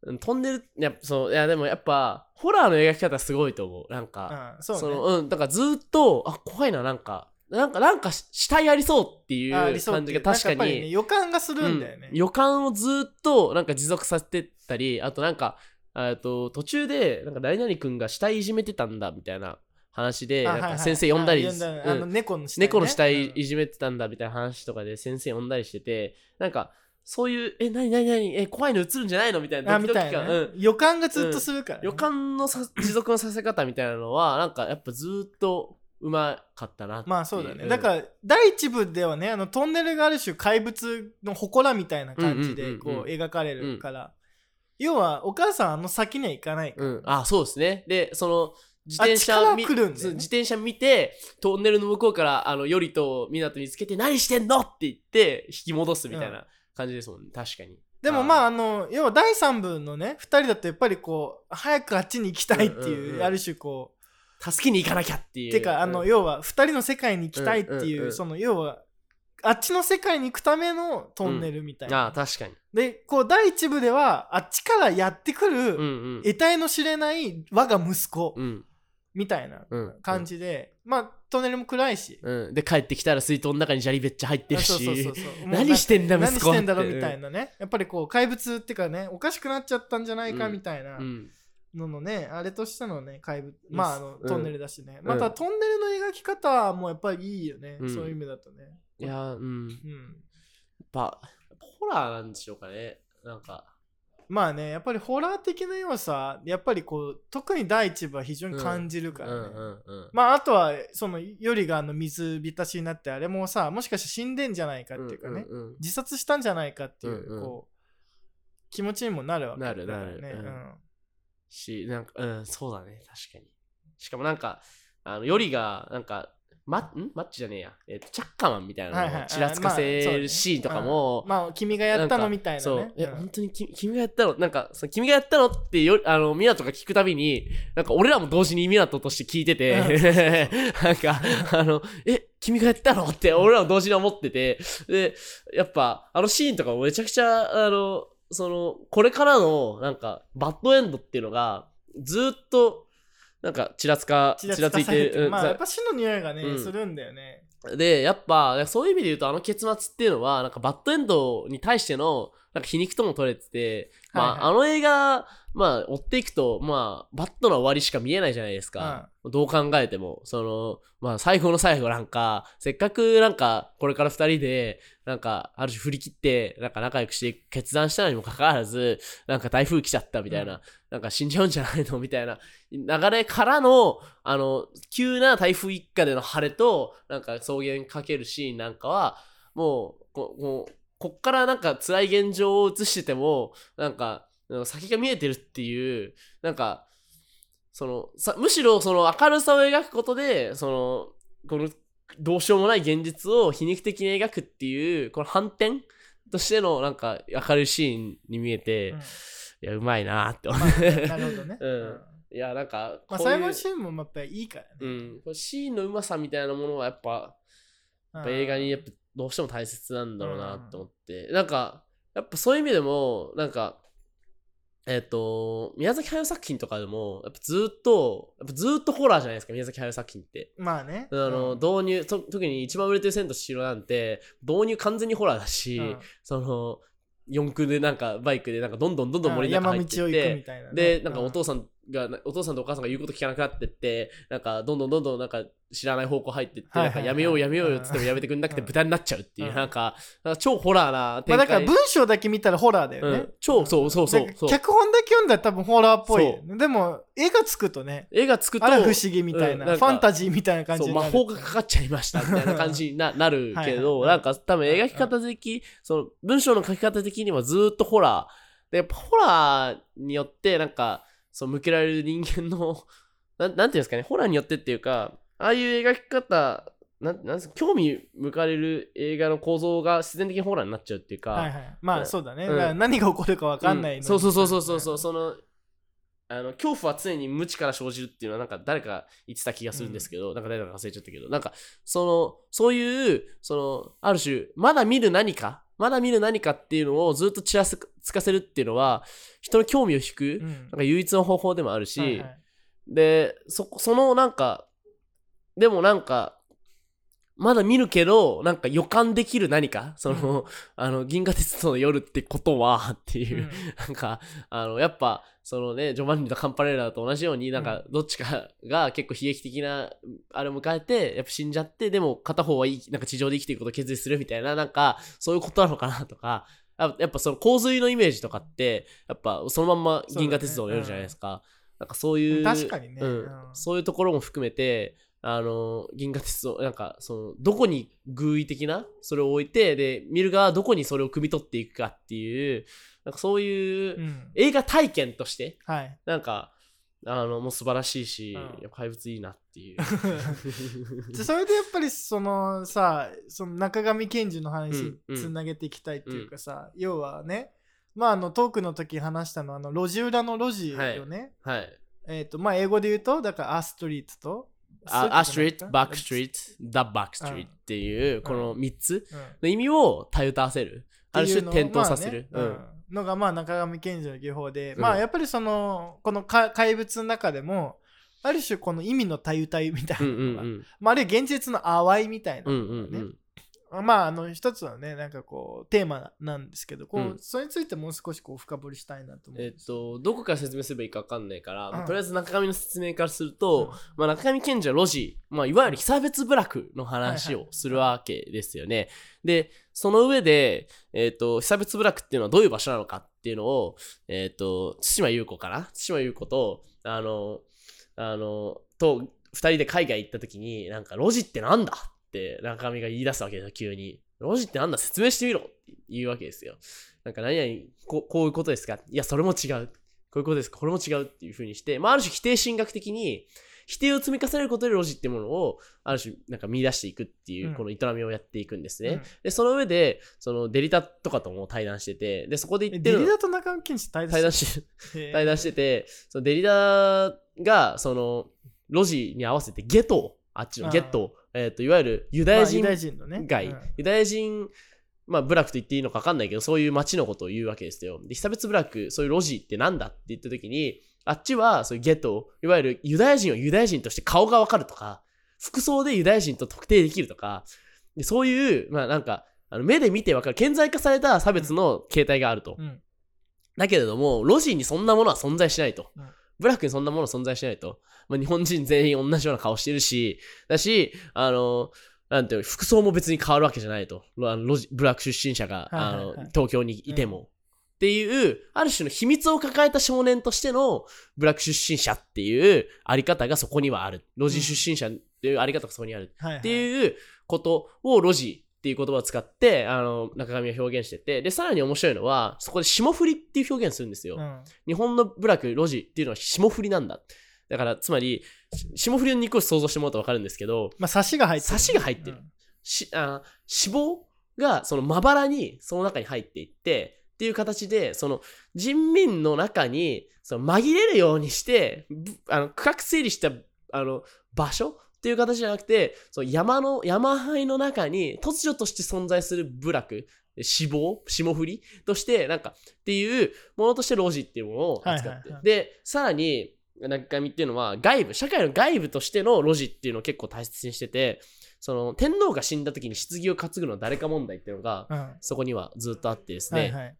Speaker 3: うんトンネルやっぱそういやでもやっぱホラーの描き方すごいと思うなんか、
Speaker 2: うん、そうね
Speaker 3: のうんだからずっとあ怖いななんかなんかなんかし死体ありそうってい
Speaker 2: あ理
Speaker 3: う
Speaker 2: 想っ
Speaker 3: 感
Speaker 2: て
Speaker 3: じ
Speaker 2: い
Speaker 3: が
Speaker 2: うなん
Speaker 3: 確か
Speaker 2: やっぱりね
Speaker 3: に
Speaker 2: 予感がするんだよね、
Speaker 3: うん予感をずっとなんか持続させてったりあとなんかえっと途中でなんか何々君が死体いじめてたんだみたいな話で
Speaker 2: あ
Speaker 3: な
Speaker 2: は
Speaker 3: ん
Speaker 2: いはい
Speaker 3: か先生呼んだり
Speaker 2: あ
Speaker 3: す
Speaker 2: 呼んだ
Speaker 3: うん
Speaker 2: あの猫の死体ね、
Speaker 3: 猫の死体
Speaker 2: うん
Speaker 3: いじめてたんだみたいな話とかで先生呼んだりしててなんかそういう「え何何何え怖いの映るんじゃないの?」みたいな
Speaker 2: あ
Speaker 3: ド
Speaker 2: み
Speaker 3: キド
Speaker 2: た
Speaker 3: キ
Speaker 2: いな
Speaker 3: 感、
Speaker 2: ね、
Speaker 3: うん、
Speaker 2: 予感がずっとするから、ね
Speaker 3: 予感のさ持続のさせ方みたいなのはなんかやっぱずっとうまかったなってい
Speaker 2: まあそうだね、
Speaker 3: ん
Speaker 2: だから第一部ではねあのトンネルがある種怪物の祠みたいな感じ
Speaker 3: うんうんうん
Speaker 2: で
Speaker 3: うん
Speaker 2: こう描かれるから、要はお母さんあの先には行かないから、
Speaker 3: うん、あそうですねでその自転
Speaker 2: あっちか
Speaker 3: 車
Speaker 2: ら
Speaker 3: み
Speaker 2: 来るんだよね
Speaker 3: そう自転車見てトンネルの向こうからあのよりとみなと見つけて「何してんの?」って言って引き戻すみたいな感じですもんね、確かに
Speaker 2: でも
Speaker 3: あー
Speaker 2: まああの要は第三部のね2人だとやっぱりこう早くあっちに行きたいっていう,、
Speaker 3: うんうんうん
Speaker 2: ある種こ
Speaker 3: 助けに行かなきゃっていうう
Speaker 2: てかあの、
Speaker 3: うん
Speaker 2: 要は2人の世界に行きたいっていう,、
Speaker 3: うんうんうん
Speaker 2: その要はあっちの世界に行くためのトンネルみたいな、
Speaker 3: あー確かに
Speaker 2: でこう第一部ではあっちからやってくる、
Speaker 3: うんうん
Speaker 2: 得体の知れない我が息子
Speaker 3: うん
Speaker 2: みたいな
Speaker 3: うん
Speaker 2: 感じで、まあトンネルも暗いし、
Speaker 3: うん、で帰ってきたら水筒の中に砂利べっちゃ入ってる
Speaker 2: あそうそうそう
Speaker 3: し
Speaker 2: そうもう
Speaker 3: 何してんだ
Speaker 2: 何
Speaker 3: 息
Speaker 2: し
Speaker 3: 子
Speaker 2: てんだろみたい
Speaker 3: な、
Speaker 2: なねやっぱりこう怪物っていうかねおかしくなっちゃったんじゃないかみたいな
Speaker 3: うん、
Speaker 2: ののね、あれとしてのね怪物まああの
Speaker 3: うん
Speaker 2: トンネルだしね、
Speaker 3: ん
Speaker 2: またトンネルの描き方もやっぱりいいよね、
Speaker 3: うん
Speaker 2: そういう意味だとね
Speaker 3: いやーうんやっ
Speaker 2: うん
Speaker 3: ぱホラーなんでしょうかねなんか
Speaker 2: まあねやっぱりホラー的な要素はやっぱりこう特に第一部は非常に感じる
Speaker 3: う
Speaker 2: か
Speaker 3: ん
Speaker 2: ら
Speaker 3: う
Speaker 2: ね、
Speaker 3: んうん
Speaker 2: まああとはそのよりがあの水浸しになってあれもさもしかして死んでんじゃないかっていうかね、
Speaker 3: うんうんうん
Speaker 2: 自殺したんじゃないかっていう,、
Speaker 3: うんうん
Speaker 2: こう気持ちにもなるわけだからね
Speaker 3: なるなる
Speaker 2: う
Speaker 3: うん
Speaker 2: ん
Speaker 3: しなんかうんそうだね確かにしかもなんかあのよりがなんかマんマッチじゃねえや、えっとチャッカマンみたいな
Speaker 2: はいはい
Speaker 3: のをちらつかせるシーンとかも、
Speaker 2: まあ君がやったのみたいな
Speaker 3: そう、
Speaker 2: ね
Speaker 3: え
Speaker 2: うん
Speaker 3: 本当にき君がやったのなんかその君がやったのってよあのミナトが聞くたびになんか俺らも同時にミナトとして聞いてて、 なんかあのえ君がやったのって俺らも同時に思っててでやっぱあのシーンとかもめちゃくちゃあのそのこれからのなんかバッドエンドっていうのがずーっとなんかちらつかち
Speaker 2: ちら
Speaker 3: らつ
Speaker 2: つ
Speaker 3: い
Speaker 2: か
Speaker 3: て
Speaker 2: れ
Speaker 3: る、うん
Speaker 2: まあやっぱ死の匂いがね、
Speaker 3: うん
Speaker 2: するんだよ ね
Speaker 3: で、やっぱ、そういう意味で言うと、あの結末っていうのは、なんかバッドエンドに対しての、なんか皮肉とも取れてて、まあ、
Speaker 2: は
Speaker 3: あの映画、まあ、追っていくと、まあ、バッドな終わりしか見えないじゃないですか。どう考えても。その、まあ、最後の最後なんか、せっかくなんか、これから二人で、なんか、ある種振り切って、なんか仲良くしていく決断したのにもかかわらず、なんか台風来ちゃったみたい
Speaker 2: う
Speaker 3: な、
Speaker 2: ん
Speaker 3: なんか死んじゃうんじゃないのみたいな流れからの、あの、急な台風一過での晴れと、なんか草原かけるシーンなんかは、もう、こもうこっからなんか辛い現状を映してても、なんか、うん先が見えてるっていう、なんか、その、さむしろその明るさを描くことで、その、このどうしようもない現実を皮肉的に描くっていう、この反転としてのなんか明るいシーンに見えて、
Speaker 2: うん
Speaker 3: いや、うまいなーって思う。
Speaker 2: なるほどね、
Speaker 3: うん いや、なんか
Speaker 2: まあ、
Speaker 3: こういう
Speaker 2: 最後のシーンもやっぱりいいからね、
Speaker 3: うん、これシーンのうまさみたいなものはやっぱやっぱ
Speaker 2: うん
Speaker 3: 映画にやっぱどうしても大切なんだろうなと思って、なんかやっぱそういう意味でもなんかえっ、と宮崎駿作品とかでもやっぱずっとやっぱずっとホラーじゃないですか宮崎駿作品って。
Speaker 2: まあね
Speaker 3: あの
Speaker 2: うん
Speaker 3: 導入と特に一番売れてる「千と千尋」なんて導入完全にホラーだし、
Speaker 2: うん
Speaker 3: その四駆でなんかバイクでなんかどんどんどんどん森の中
Speaker 2: 山
Speaker 3: 入って
Speaker 2: 道を
Speaker 3: っ
Speaker 2: 行
Speaker 3: て
Speaker 2: くみたいなね、
Speaker 3: でなんかお
Speaker 2: う
Speaker 3: 父さんがなお父さんとお母さんが言うこと聞かなくなってってなんかどんどんどんどんなんか知らない方向入ってって、
Speaker 2: はい
Speaker 3: な
Speaker 2: はい
Speaker 3: ん
Speaker 2: はい
Speaker 3: かやめようやめようよっつってもやめてくんなくて
Speaker 2: うん
Speaker 3: 豚になっちゃうっていう、
Speaker 2: うん
Speaker 3: なんかなんか超ホラーな
Speaker 2: ま
Speaker 3: 展
Speaker 2: あ、だから
Speaker 3: 開、
Speaker 2: 文章だけ見たらホラーだよね、
Speaker 3: うん、超そうそうそう
Speaker 2: だか
Speaker 3: そ
Speaker 2: ら
Speaker 3: う
Speaker 2: 脚本だけ読んだら多分ホラーっぽいよね、でも絵がつくとね
Speaker 3: 絵がつくと
Speaker 2: あら不思議みたい
Speaker 3: うん
Speaker 2: な,、
Speaker 3: なん
Speaker 2: フ
Speaker 3: か
Speaker 2: ァンタジーみたいな感じ
Speaker 3: そう
Speaker 2: に
Speaker 3: 魔
Speaker 2: なる
Speaker 3: 法がかかっちゃいましたみたいな感じにななるけど
Speaker 2: はいはいはい
Speaker 3: なんか多分描き方的、その文章の書き方的にはずーっとホラーでやっぱホラーによってなんかその向けられる人間のなん なんていうんですかねホラーによってっていうかああいう描き方なんなんすか興味向かれる映画の構造が自然的にホラーになっちゃうっていうか、
Speaker 2: はいはい、ま
Speaker 3: う
Speaker 2: あ
Speaker 3: ん
Speaker 2: そうだね、
Speaker 3: うん
Speaker 2: だから何が起こるか分かんないのに、
Speaker 3: うんそうそうそうそうそうそう
Speaker 2: う
Speaker 3: そのあの恐怖は常に無知から生じるっていうのはなんか誰か言ってた気がするんですけど、なんか誰だか忘れちゃったけどなんかそのそういうそのある種まだ見る何かまだ見る何かっていうのをずっとちらつかせるっていうのは人の興味を引く、
Speaker 2: ん、
Speaker 3: なんか唯一の方法でもあるし、
Speaker 2: はいはい
Speaker 3: でそそのなんかでもなんかまだ見るけどなんか予感できる何かその,、あの銀河鉄道の夜ってことはっていう、
Speaker 2: うん
Speaker 3: なんか、あの、やっぱ、そのね、ジョバンニとカンパレラと同じように、なんか、どっちかが結構悲劇的な、あれを迎えて、やっぱ死んじゃって、でも片方はいいなんか地上で生きていくことを決意するみたいな、なんか、そういうことなのかなとか、あやっぱその洪水のイメージとかって、やっぱそのまんま銀河鉄道の夜じゃないですか。なんかそういう、
Speaker 2: 確かにね
Speaker 3: うん
Speaker 2: うん
Speaker 3: そういうところも含めて、あの銀河鉄道なんかそのどこに偶意的なそれを置いてで見る側はどこにそれを汲み取っていくかっていうなんかそういううん映画体験として
Speaker 2: はい
Speaker 3: なんかあのもう素晴らしいし、
Speaker 2: うん
Speaker 3: やっぱ怪物いいなって いう
Speaker 2: でそれでやっぱりそのさその中上賢治の話に
Speaker 3: うんうん
Speaker 2: つなげていきたいっていうかさ、要はねまああのトークの時話したのはあの路地裏の路地よね、
Speaker 3: はい
Speaker 2: えっ、とまあ英語で言うとだからアストリートと
Speaker 3: あアストリートバックスト
Speaker 2: ー
Speaker 3: リートダバックストリートっていうこの3つ
Speaker 2: ト、うん
Speaker 3: の意味をたゆたわせるある種転倒させる、
Speaker 2: まあねうんのがまあ中上賢治の技法で、
Speaker 3: うん
Speaker 2: まあやっぱりそのこのか怪物の中でもある種この意味のたゆたゆみたいな
Speaker 3: うん
Speaker 2: のが、
Speaker 3: うんうん
Speaker 2: まあ、あるいは現実の淡いみたいな
Speaker 3: う
Speaker 2: の
Speaker 3: ん
Speaker 2: がね、
Speaker 3: うんうん
Speaker 2: まああの一つはねなんかこうテーマなんですけどこう、
Speaker 3: うん
Speaker 2: それについてもう少しこう深掘りしたいなと思うん
Speaker 3: え
Speaker 2: で
Speaker 3: っ
Speaker 2: す
Speaker 3: とどこから説明すればいいか分かんないから、まあ
Speaker 2: うん
Speaker 3: とりあえず中上の説明からする
Speaker 2: うん
Speaker 3: と、まあ、中上賢治は路地、まあ、いわゆる被差別部落の話
Speaker 2: はい
Speaker 3: を
Speaker 2: はい
Speaker 3: するわけですよね。でその上で、えー、と被差別部落っていうのはどういう場所なのかっていうのを、えー、と対馬優子かな対馬優子とあのあのと2人で海外行った時になんか路地ってなんだって中上が言い出すわけですよ急に。路地ってなんだ説明してみろって言うわけですよ。なんか何々こうこういうことですかいやそれも違う。こういうことですかこれも違うっていうふうにして、まあ、ある種否定神学的に否定を積み重ねることで路地ってものをある種なんか見出していくっていううんこの営みをやっていくんですね。
Speaker 2: うん
Speaker 3: でその上でそのデリタとかとも対談しててでそこで
Speaker 2: え
Speaker 3: 言って
Speaker 2: デ
Speaker 3: る
Speaker 2: リ
Speaker 3: の
Speaker 2: ダと中上賢治対
Speaker 3: 対
Speaker 2: 談
Speaker 3: 談
Speaker 2: し
Speaker 3: して
Speaker 2: て
Speaker 3: 対談しててそのデリタがその路地に合わせてゲトをあっちのゲトを、えー、といわゆるユダ
Speaker 2: まあ
Speaker 3: ヤ
Speaker 2: ユ
Speaker 3: 人
Speaker 2: ダヤ人のね
Speaker 3: 街、
Speaker 2: うん
Speaker 3: ユダヤ人、まあ、部落と言っていいのか分かんないけどそういう町のことを言うわけですよで被差別部落そういう路地ってなんだって言った時にあっちはそういうゲットいわゆるユダヤ人をユダヤ人として顔が分かるとか服装でユダヤ人と特定できるとかでそういうまあなんかあの目で見て分かる顕在化された差別の形態があると、
Speaker 2: うん
Speaker 3: だけれども路地にそんなものは存在しないと、
Speaker 2: うん
Speaker 3: 部落にそんなものは存在しないと、まあ、日本人全員同じような顔してるしだしあのなんていうの服装も別に変わるわけじゃないとあの路地部落出身者が、
Speaker 2: はいはいはい
Speaker 3: あの東京にいても、っていうある種の秘密を抱えた少年としての部落出身者っていうあり方がそこにはある路地出身者っていうあり方がそこにある、
Speaker 2: はいはい
Speaker 3: っていうことを路地っていう言葉を使ってあの中上は表現しててでさらに面白いのはそこで霜降りっていう表現するんですよ、
Speaker 2: うん
Speaker 3: 日本の部落路地っていうのは霜降りなんだだからつまりし霜降りの肉を想像してもらうと分かるんですけど
Speaker 2: まあ差しが入ってる
Speaker 3: 差しが入ってる
Speaker 2: うん
Speaker 3: しあ脂肪がそのまばらにその中に入っていってっていう形でその人民の中にその紛れるようにしてぶあの区画整理したあの場所っていう形じゃなくてその山の山あいの中に突如として存在する部落死亡霜降りとしてなんかっていうものとして路地っていうものを扱って、
Speaker 2: はいはいはい
Speaker 3: でさらに中上っていうのは外部社会の外部としての路地っていうのを結構大切にしててその天皇が死んだ時に棺を担ぐのは誰か問題っていうのが
Speaker 2: うん
Speaker 3: そこにはずっとあってですね、
Speaker 2: はいはい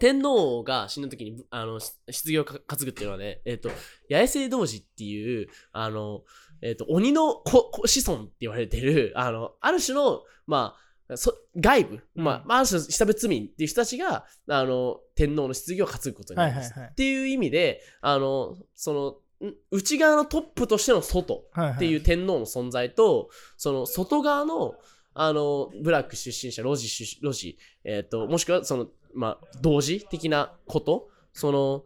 Speaker 3: 天皇が死んだ時にあのし失業か担ぐっていうのはね、えっと八重星童子っていうあの、えっと鬼の子子子孫って言われてるあのある種の、まあ、そ外部、
Speaker 2: うん
Speaker 3: まあまあ、ある種の被差別民っていう人たちがあの天皇の失業を担ぐことにな
Speaker 2: は
Speaker 3: り
Speaker 2: い
Speaker 3: ま
Speaker 2: はい
Speaker 3: す、
Speaker 2: はい
Speaker 3: っていう意味であのそのん内側のトップとしての外
Speaker 2: はいはい
Speaker 3: っていう天皇の存在と、その外側のあのブラック出身者ロジ出身ロジ、えー、ともしくはその、まあ、同時的なことそのっ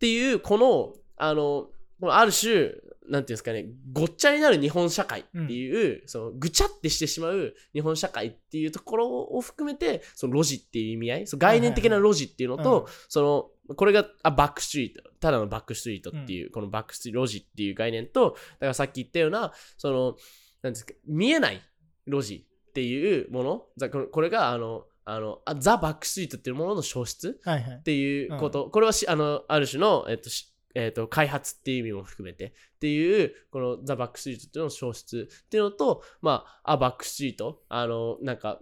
Speaker 3: ていうこのあのこのある種なんていうんですかねごっちゃになる日本社会っていう、そのぐちゃってしてしまう日本社会っていうところを含めてそのロジっていう意味合いその概念的なロジっていうのと、
Speaker 2: はいはいは
Speaker 3: そのこれがあバックストリートただのバックストリートっていう、このバックストリートロジっていう概念とだからさっき言ったようなそのなんですか見えない路地っていうものざこれこれがあのあのあザ・バックストリートっていうものの消失
Speaker 2: はいはい
Speaker 3: っていうこと、これはしあのある種の、えっとしえっと開発っていう意味も含めてっていうこのザ・バックストリートっていうのの消失っていうのとまあア・バックストリートあのなんか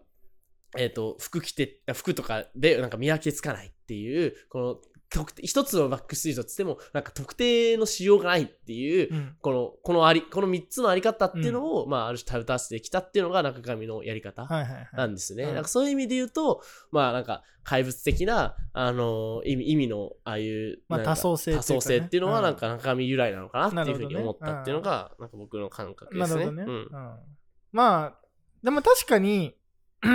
Speaker 3: えっと服着てあ服とかでなんか見分けつかないっていうこの特定一つのバックストリートっつってもなんか特定のしようがないっていう
Speaker 2: うん
Speaker 3: このこのありこの3つのあり方っていうのを、まあ、ある種食べたせてきたっていうのが中上のやり方
Speaker 2: はいはい
Speaker 3: な
Speaker 2: はい
Speaker 3: んですね。
Speaker 2: うん
Speaker 3: なんかそういう意味で言うと、まあ、なんか怪物的な、あの意味意味のああいう
Speaker 2: まあ
Speaker 3: なんか
Speaker 2: 多層性っていうかね
Speaker 3: 多層性っていうのは
Speaker 2: うん
Speaker 3: なんか中身由来なのかなっていうふうに
Speaker 2: なる
Speaker 3: 思
Speaker 2: ほどね
Speaker 3: ったっていうのが、なんか僕の感覚で
Speaker 2: なるほ
Speaker 3: すね。
Speaker 2: どね、
Speaker 3: う
Speaker 2: うん
Speaker 3: ん
Speaker 2: まあでも確かに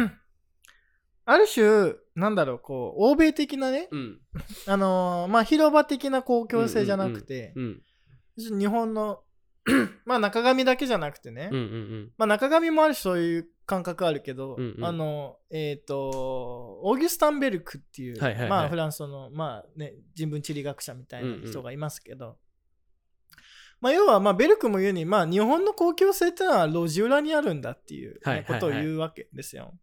Speaker 2: ある種なんだろうこう欧米的なね
Speaker 3: うん
Speaker 2: あのーまあ広場的な公共性じゃなくて、
Speaker 3: うん
Speaker 2: 日本の まあ中上だけじゃなくてね、
Speaker 3: うんうん
Speaker 2: まあ、中上もあるしそういう感覚あるけど、
Speaker 3: うんうん
Speaker 2: あのえっ、とオーギュスタンベルクっていう、
Speaker 3: はいはいはい
Speaker 2: まあ、フランスの、まあね、人文地理学者みたいな人がいますけど、まあ、要は、まあ、ベルクも言うに、まあ、日本の公共性ってのは路地裏にあるんだっていうね、
Speaker 3: はいはいはい
Speaker 2: ことを言うわけですよ。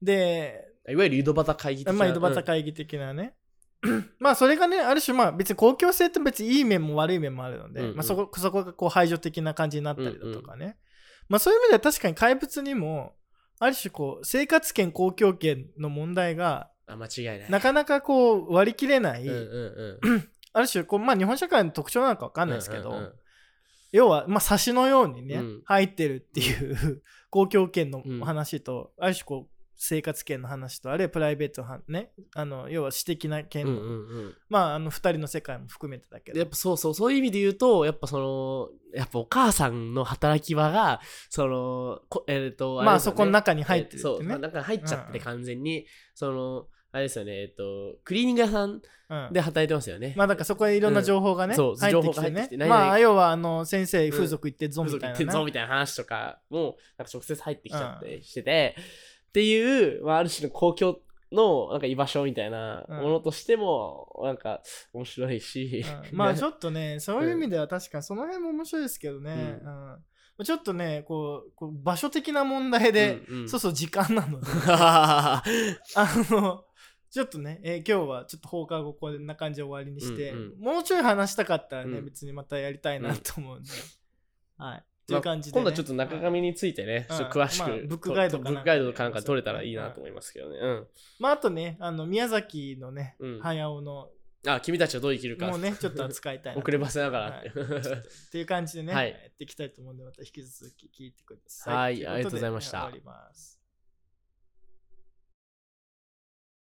Speaker 2: で
Speaker 3: うんいわゆる井戸端会議的な。
Speaker 2: まあ、井戸端会議的なね。 まあそれがねある種まあ別に公共性って別にいい面も悪い面もあるので、
Speaker 3: うんうん
Speaker 2: まあ、そこそこがこう排除的な感じになったりだとかね、まあそういう意味では確かに怪物にもある種こう生活権公共権の問題が
Speaker 3: うんあ間違いない。
Speaker 2: なかなかこう割り切れない、
Speaker 3: うんうん
Speaker 2: ある種こう、まあ、日本社会の特徴なのか分か
Speaker 3: うんん
Speaker 2: ないですけど、
Speaker 3: うんうんうん
Speaker 2: 要は、まあ、差しのようにね、
Speaker 3: うん
Speaker 2: 入ってるっていう公共権の
Speaker 3: うん
Speaker 2: 話と、ある種こう生活権の話とあるいはプライベートの話ねあの要は私的な権
Speaker 3: う
Speaker 2: の、
Speaker 3: んうんうん
Speaker 2: まああの2人の世界も含めてだけ
Speaker 3: でやっ
Speaker 2: ど
Speaker 3: ぱそうそうそういう意味で言うとやっぱそのやっぱお母さんの働き場がそのこえっ、と
Speaker 2: ま
Speaker 3: れ
Speaker 2: あ
Speaker 3: です
Speaker 2: そ
Speaker 3: よね
Speaker 2: この中に入ってるっ
Speaker 3: そ
Speaker 2: て
Speaker 3: うまあ
Speaker 2: ね、
Speaker 3: 中に入っちゃって
Speaker 2: うんう
Speaker 3: て
Speaker 2: ん
Speaker 3: 完全に、そのあれですよねえっ、とクリーニング屋さん
Speaker 2: うん
Speaker 3: で働いてますよね、
Speaker 2: まあだからそこへいろんな情報がね、
Speaker 3: うんそう
Speaker 2: 入ってきて
Speaker 3: 情報が入って
Speaker 2: ね
Speaker 3: きて何々
Speaker 2: まあ要はあの先生風俗行ってゾン
Speaker 3: 嘘
Speaker 2: みた
Speaker 3: 言
Speaker 2: い
Speaker 3: っ
Speaker 2: な、
Speaker 3: て
Speaker 2: ね
Speaker 3: んぞみたいな話とかもなんか直接入ってきちゃってしてて、っていう、まあ、ある種の公共のなんか居場所みたいなものとしても、なんか面白いし、
Speaker 2: うん まあち
Speaker 3: ょっ
Speaker 2: ょっとね、そういう意味では確かにその辺も面白いですけどね、
Speaker 3: う
Speaker 2: うんちょっとねこうこう場所的な問題で、そう そう時間なのであのちょっとね、えー今日はちょっと放課後こんな感じで終わりにして、
Speaker 3: うんうん
Speaker 2: もうちょい話したかったらね、
Speaker 3: うん
Speaker 2: 別にまたやりたいなと思うんで、はいとい
Speaker 3: まあ
Speaker 2: う感じで、ね
Speaker 3: 今度はちょっと中上についてね、
Speaker 2: うん
Speaker 3: ちょっと詳しく、
Speaker 2: まあブックガイドかなんか
Speaker 3: ブックガイドかなんか取れたらいいなと思いますけどね。うん。
Speaker 2: まああとねあの宮崎のね、
Speaker 3: うん
Speaker 2: 早尾の
Speaker 3: あ、君たちはどう生きるか。
Speaker 2: もうねちょっと扱いたいな
Speaker 3: 遅ればせながら。
Speaker 2: はいっていう感じでね、
Speaker 3: はい
Speaker 2: やっていきたいと思うのでまた引き続き聞いてください
Speaker 3: はい
Speaker 2: とうことで
Speaker 3: ありがとうございました
Speaker 2: 終わります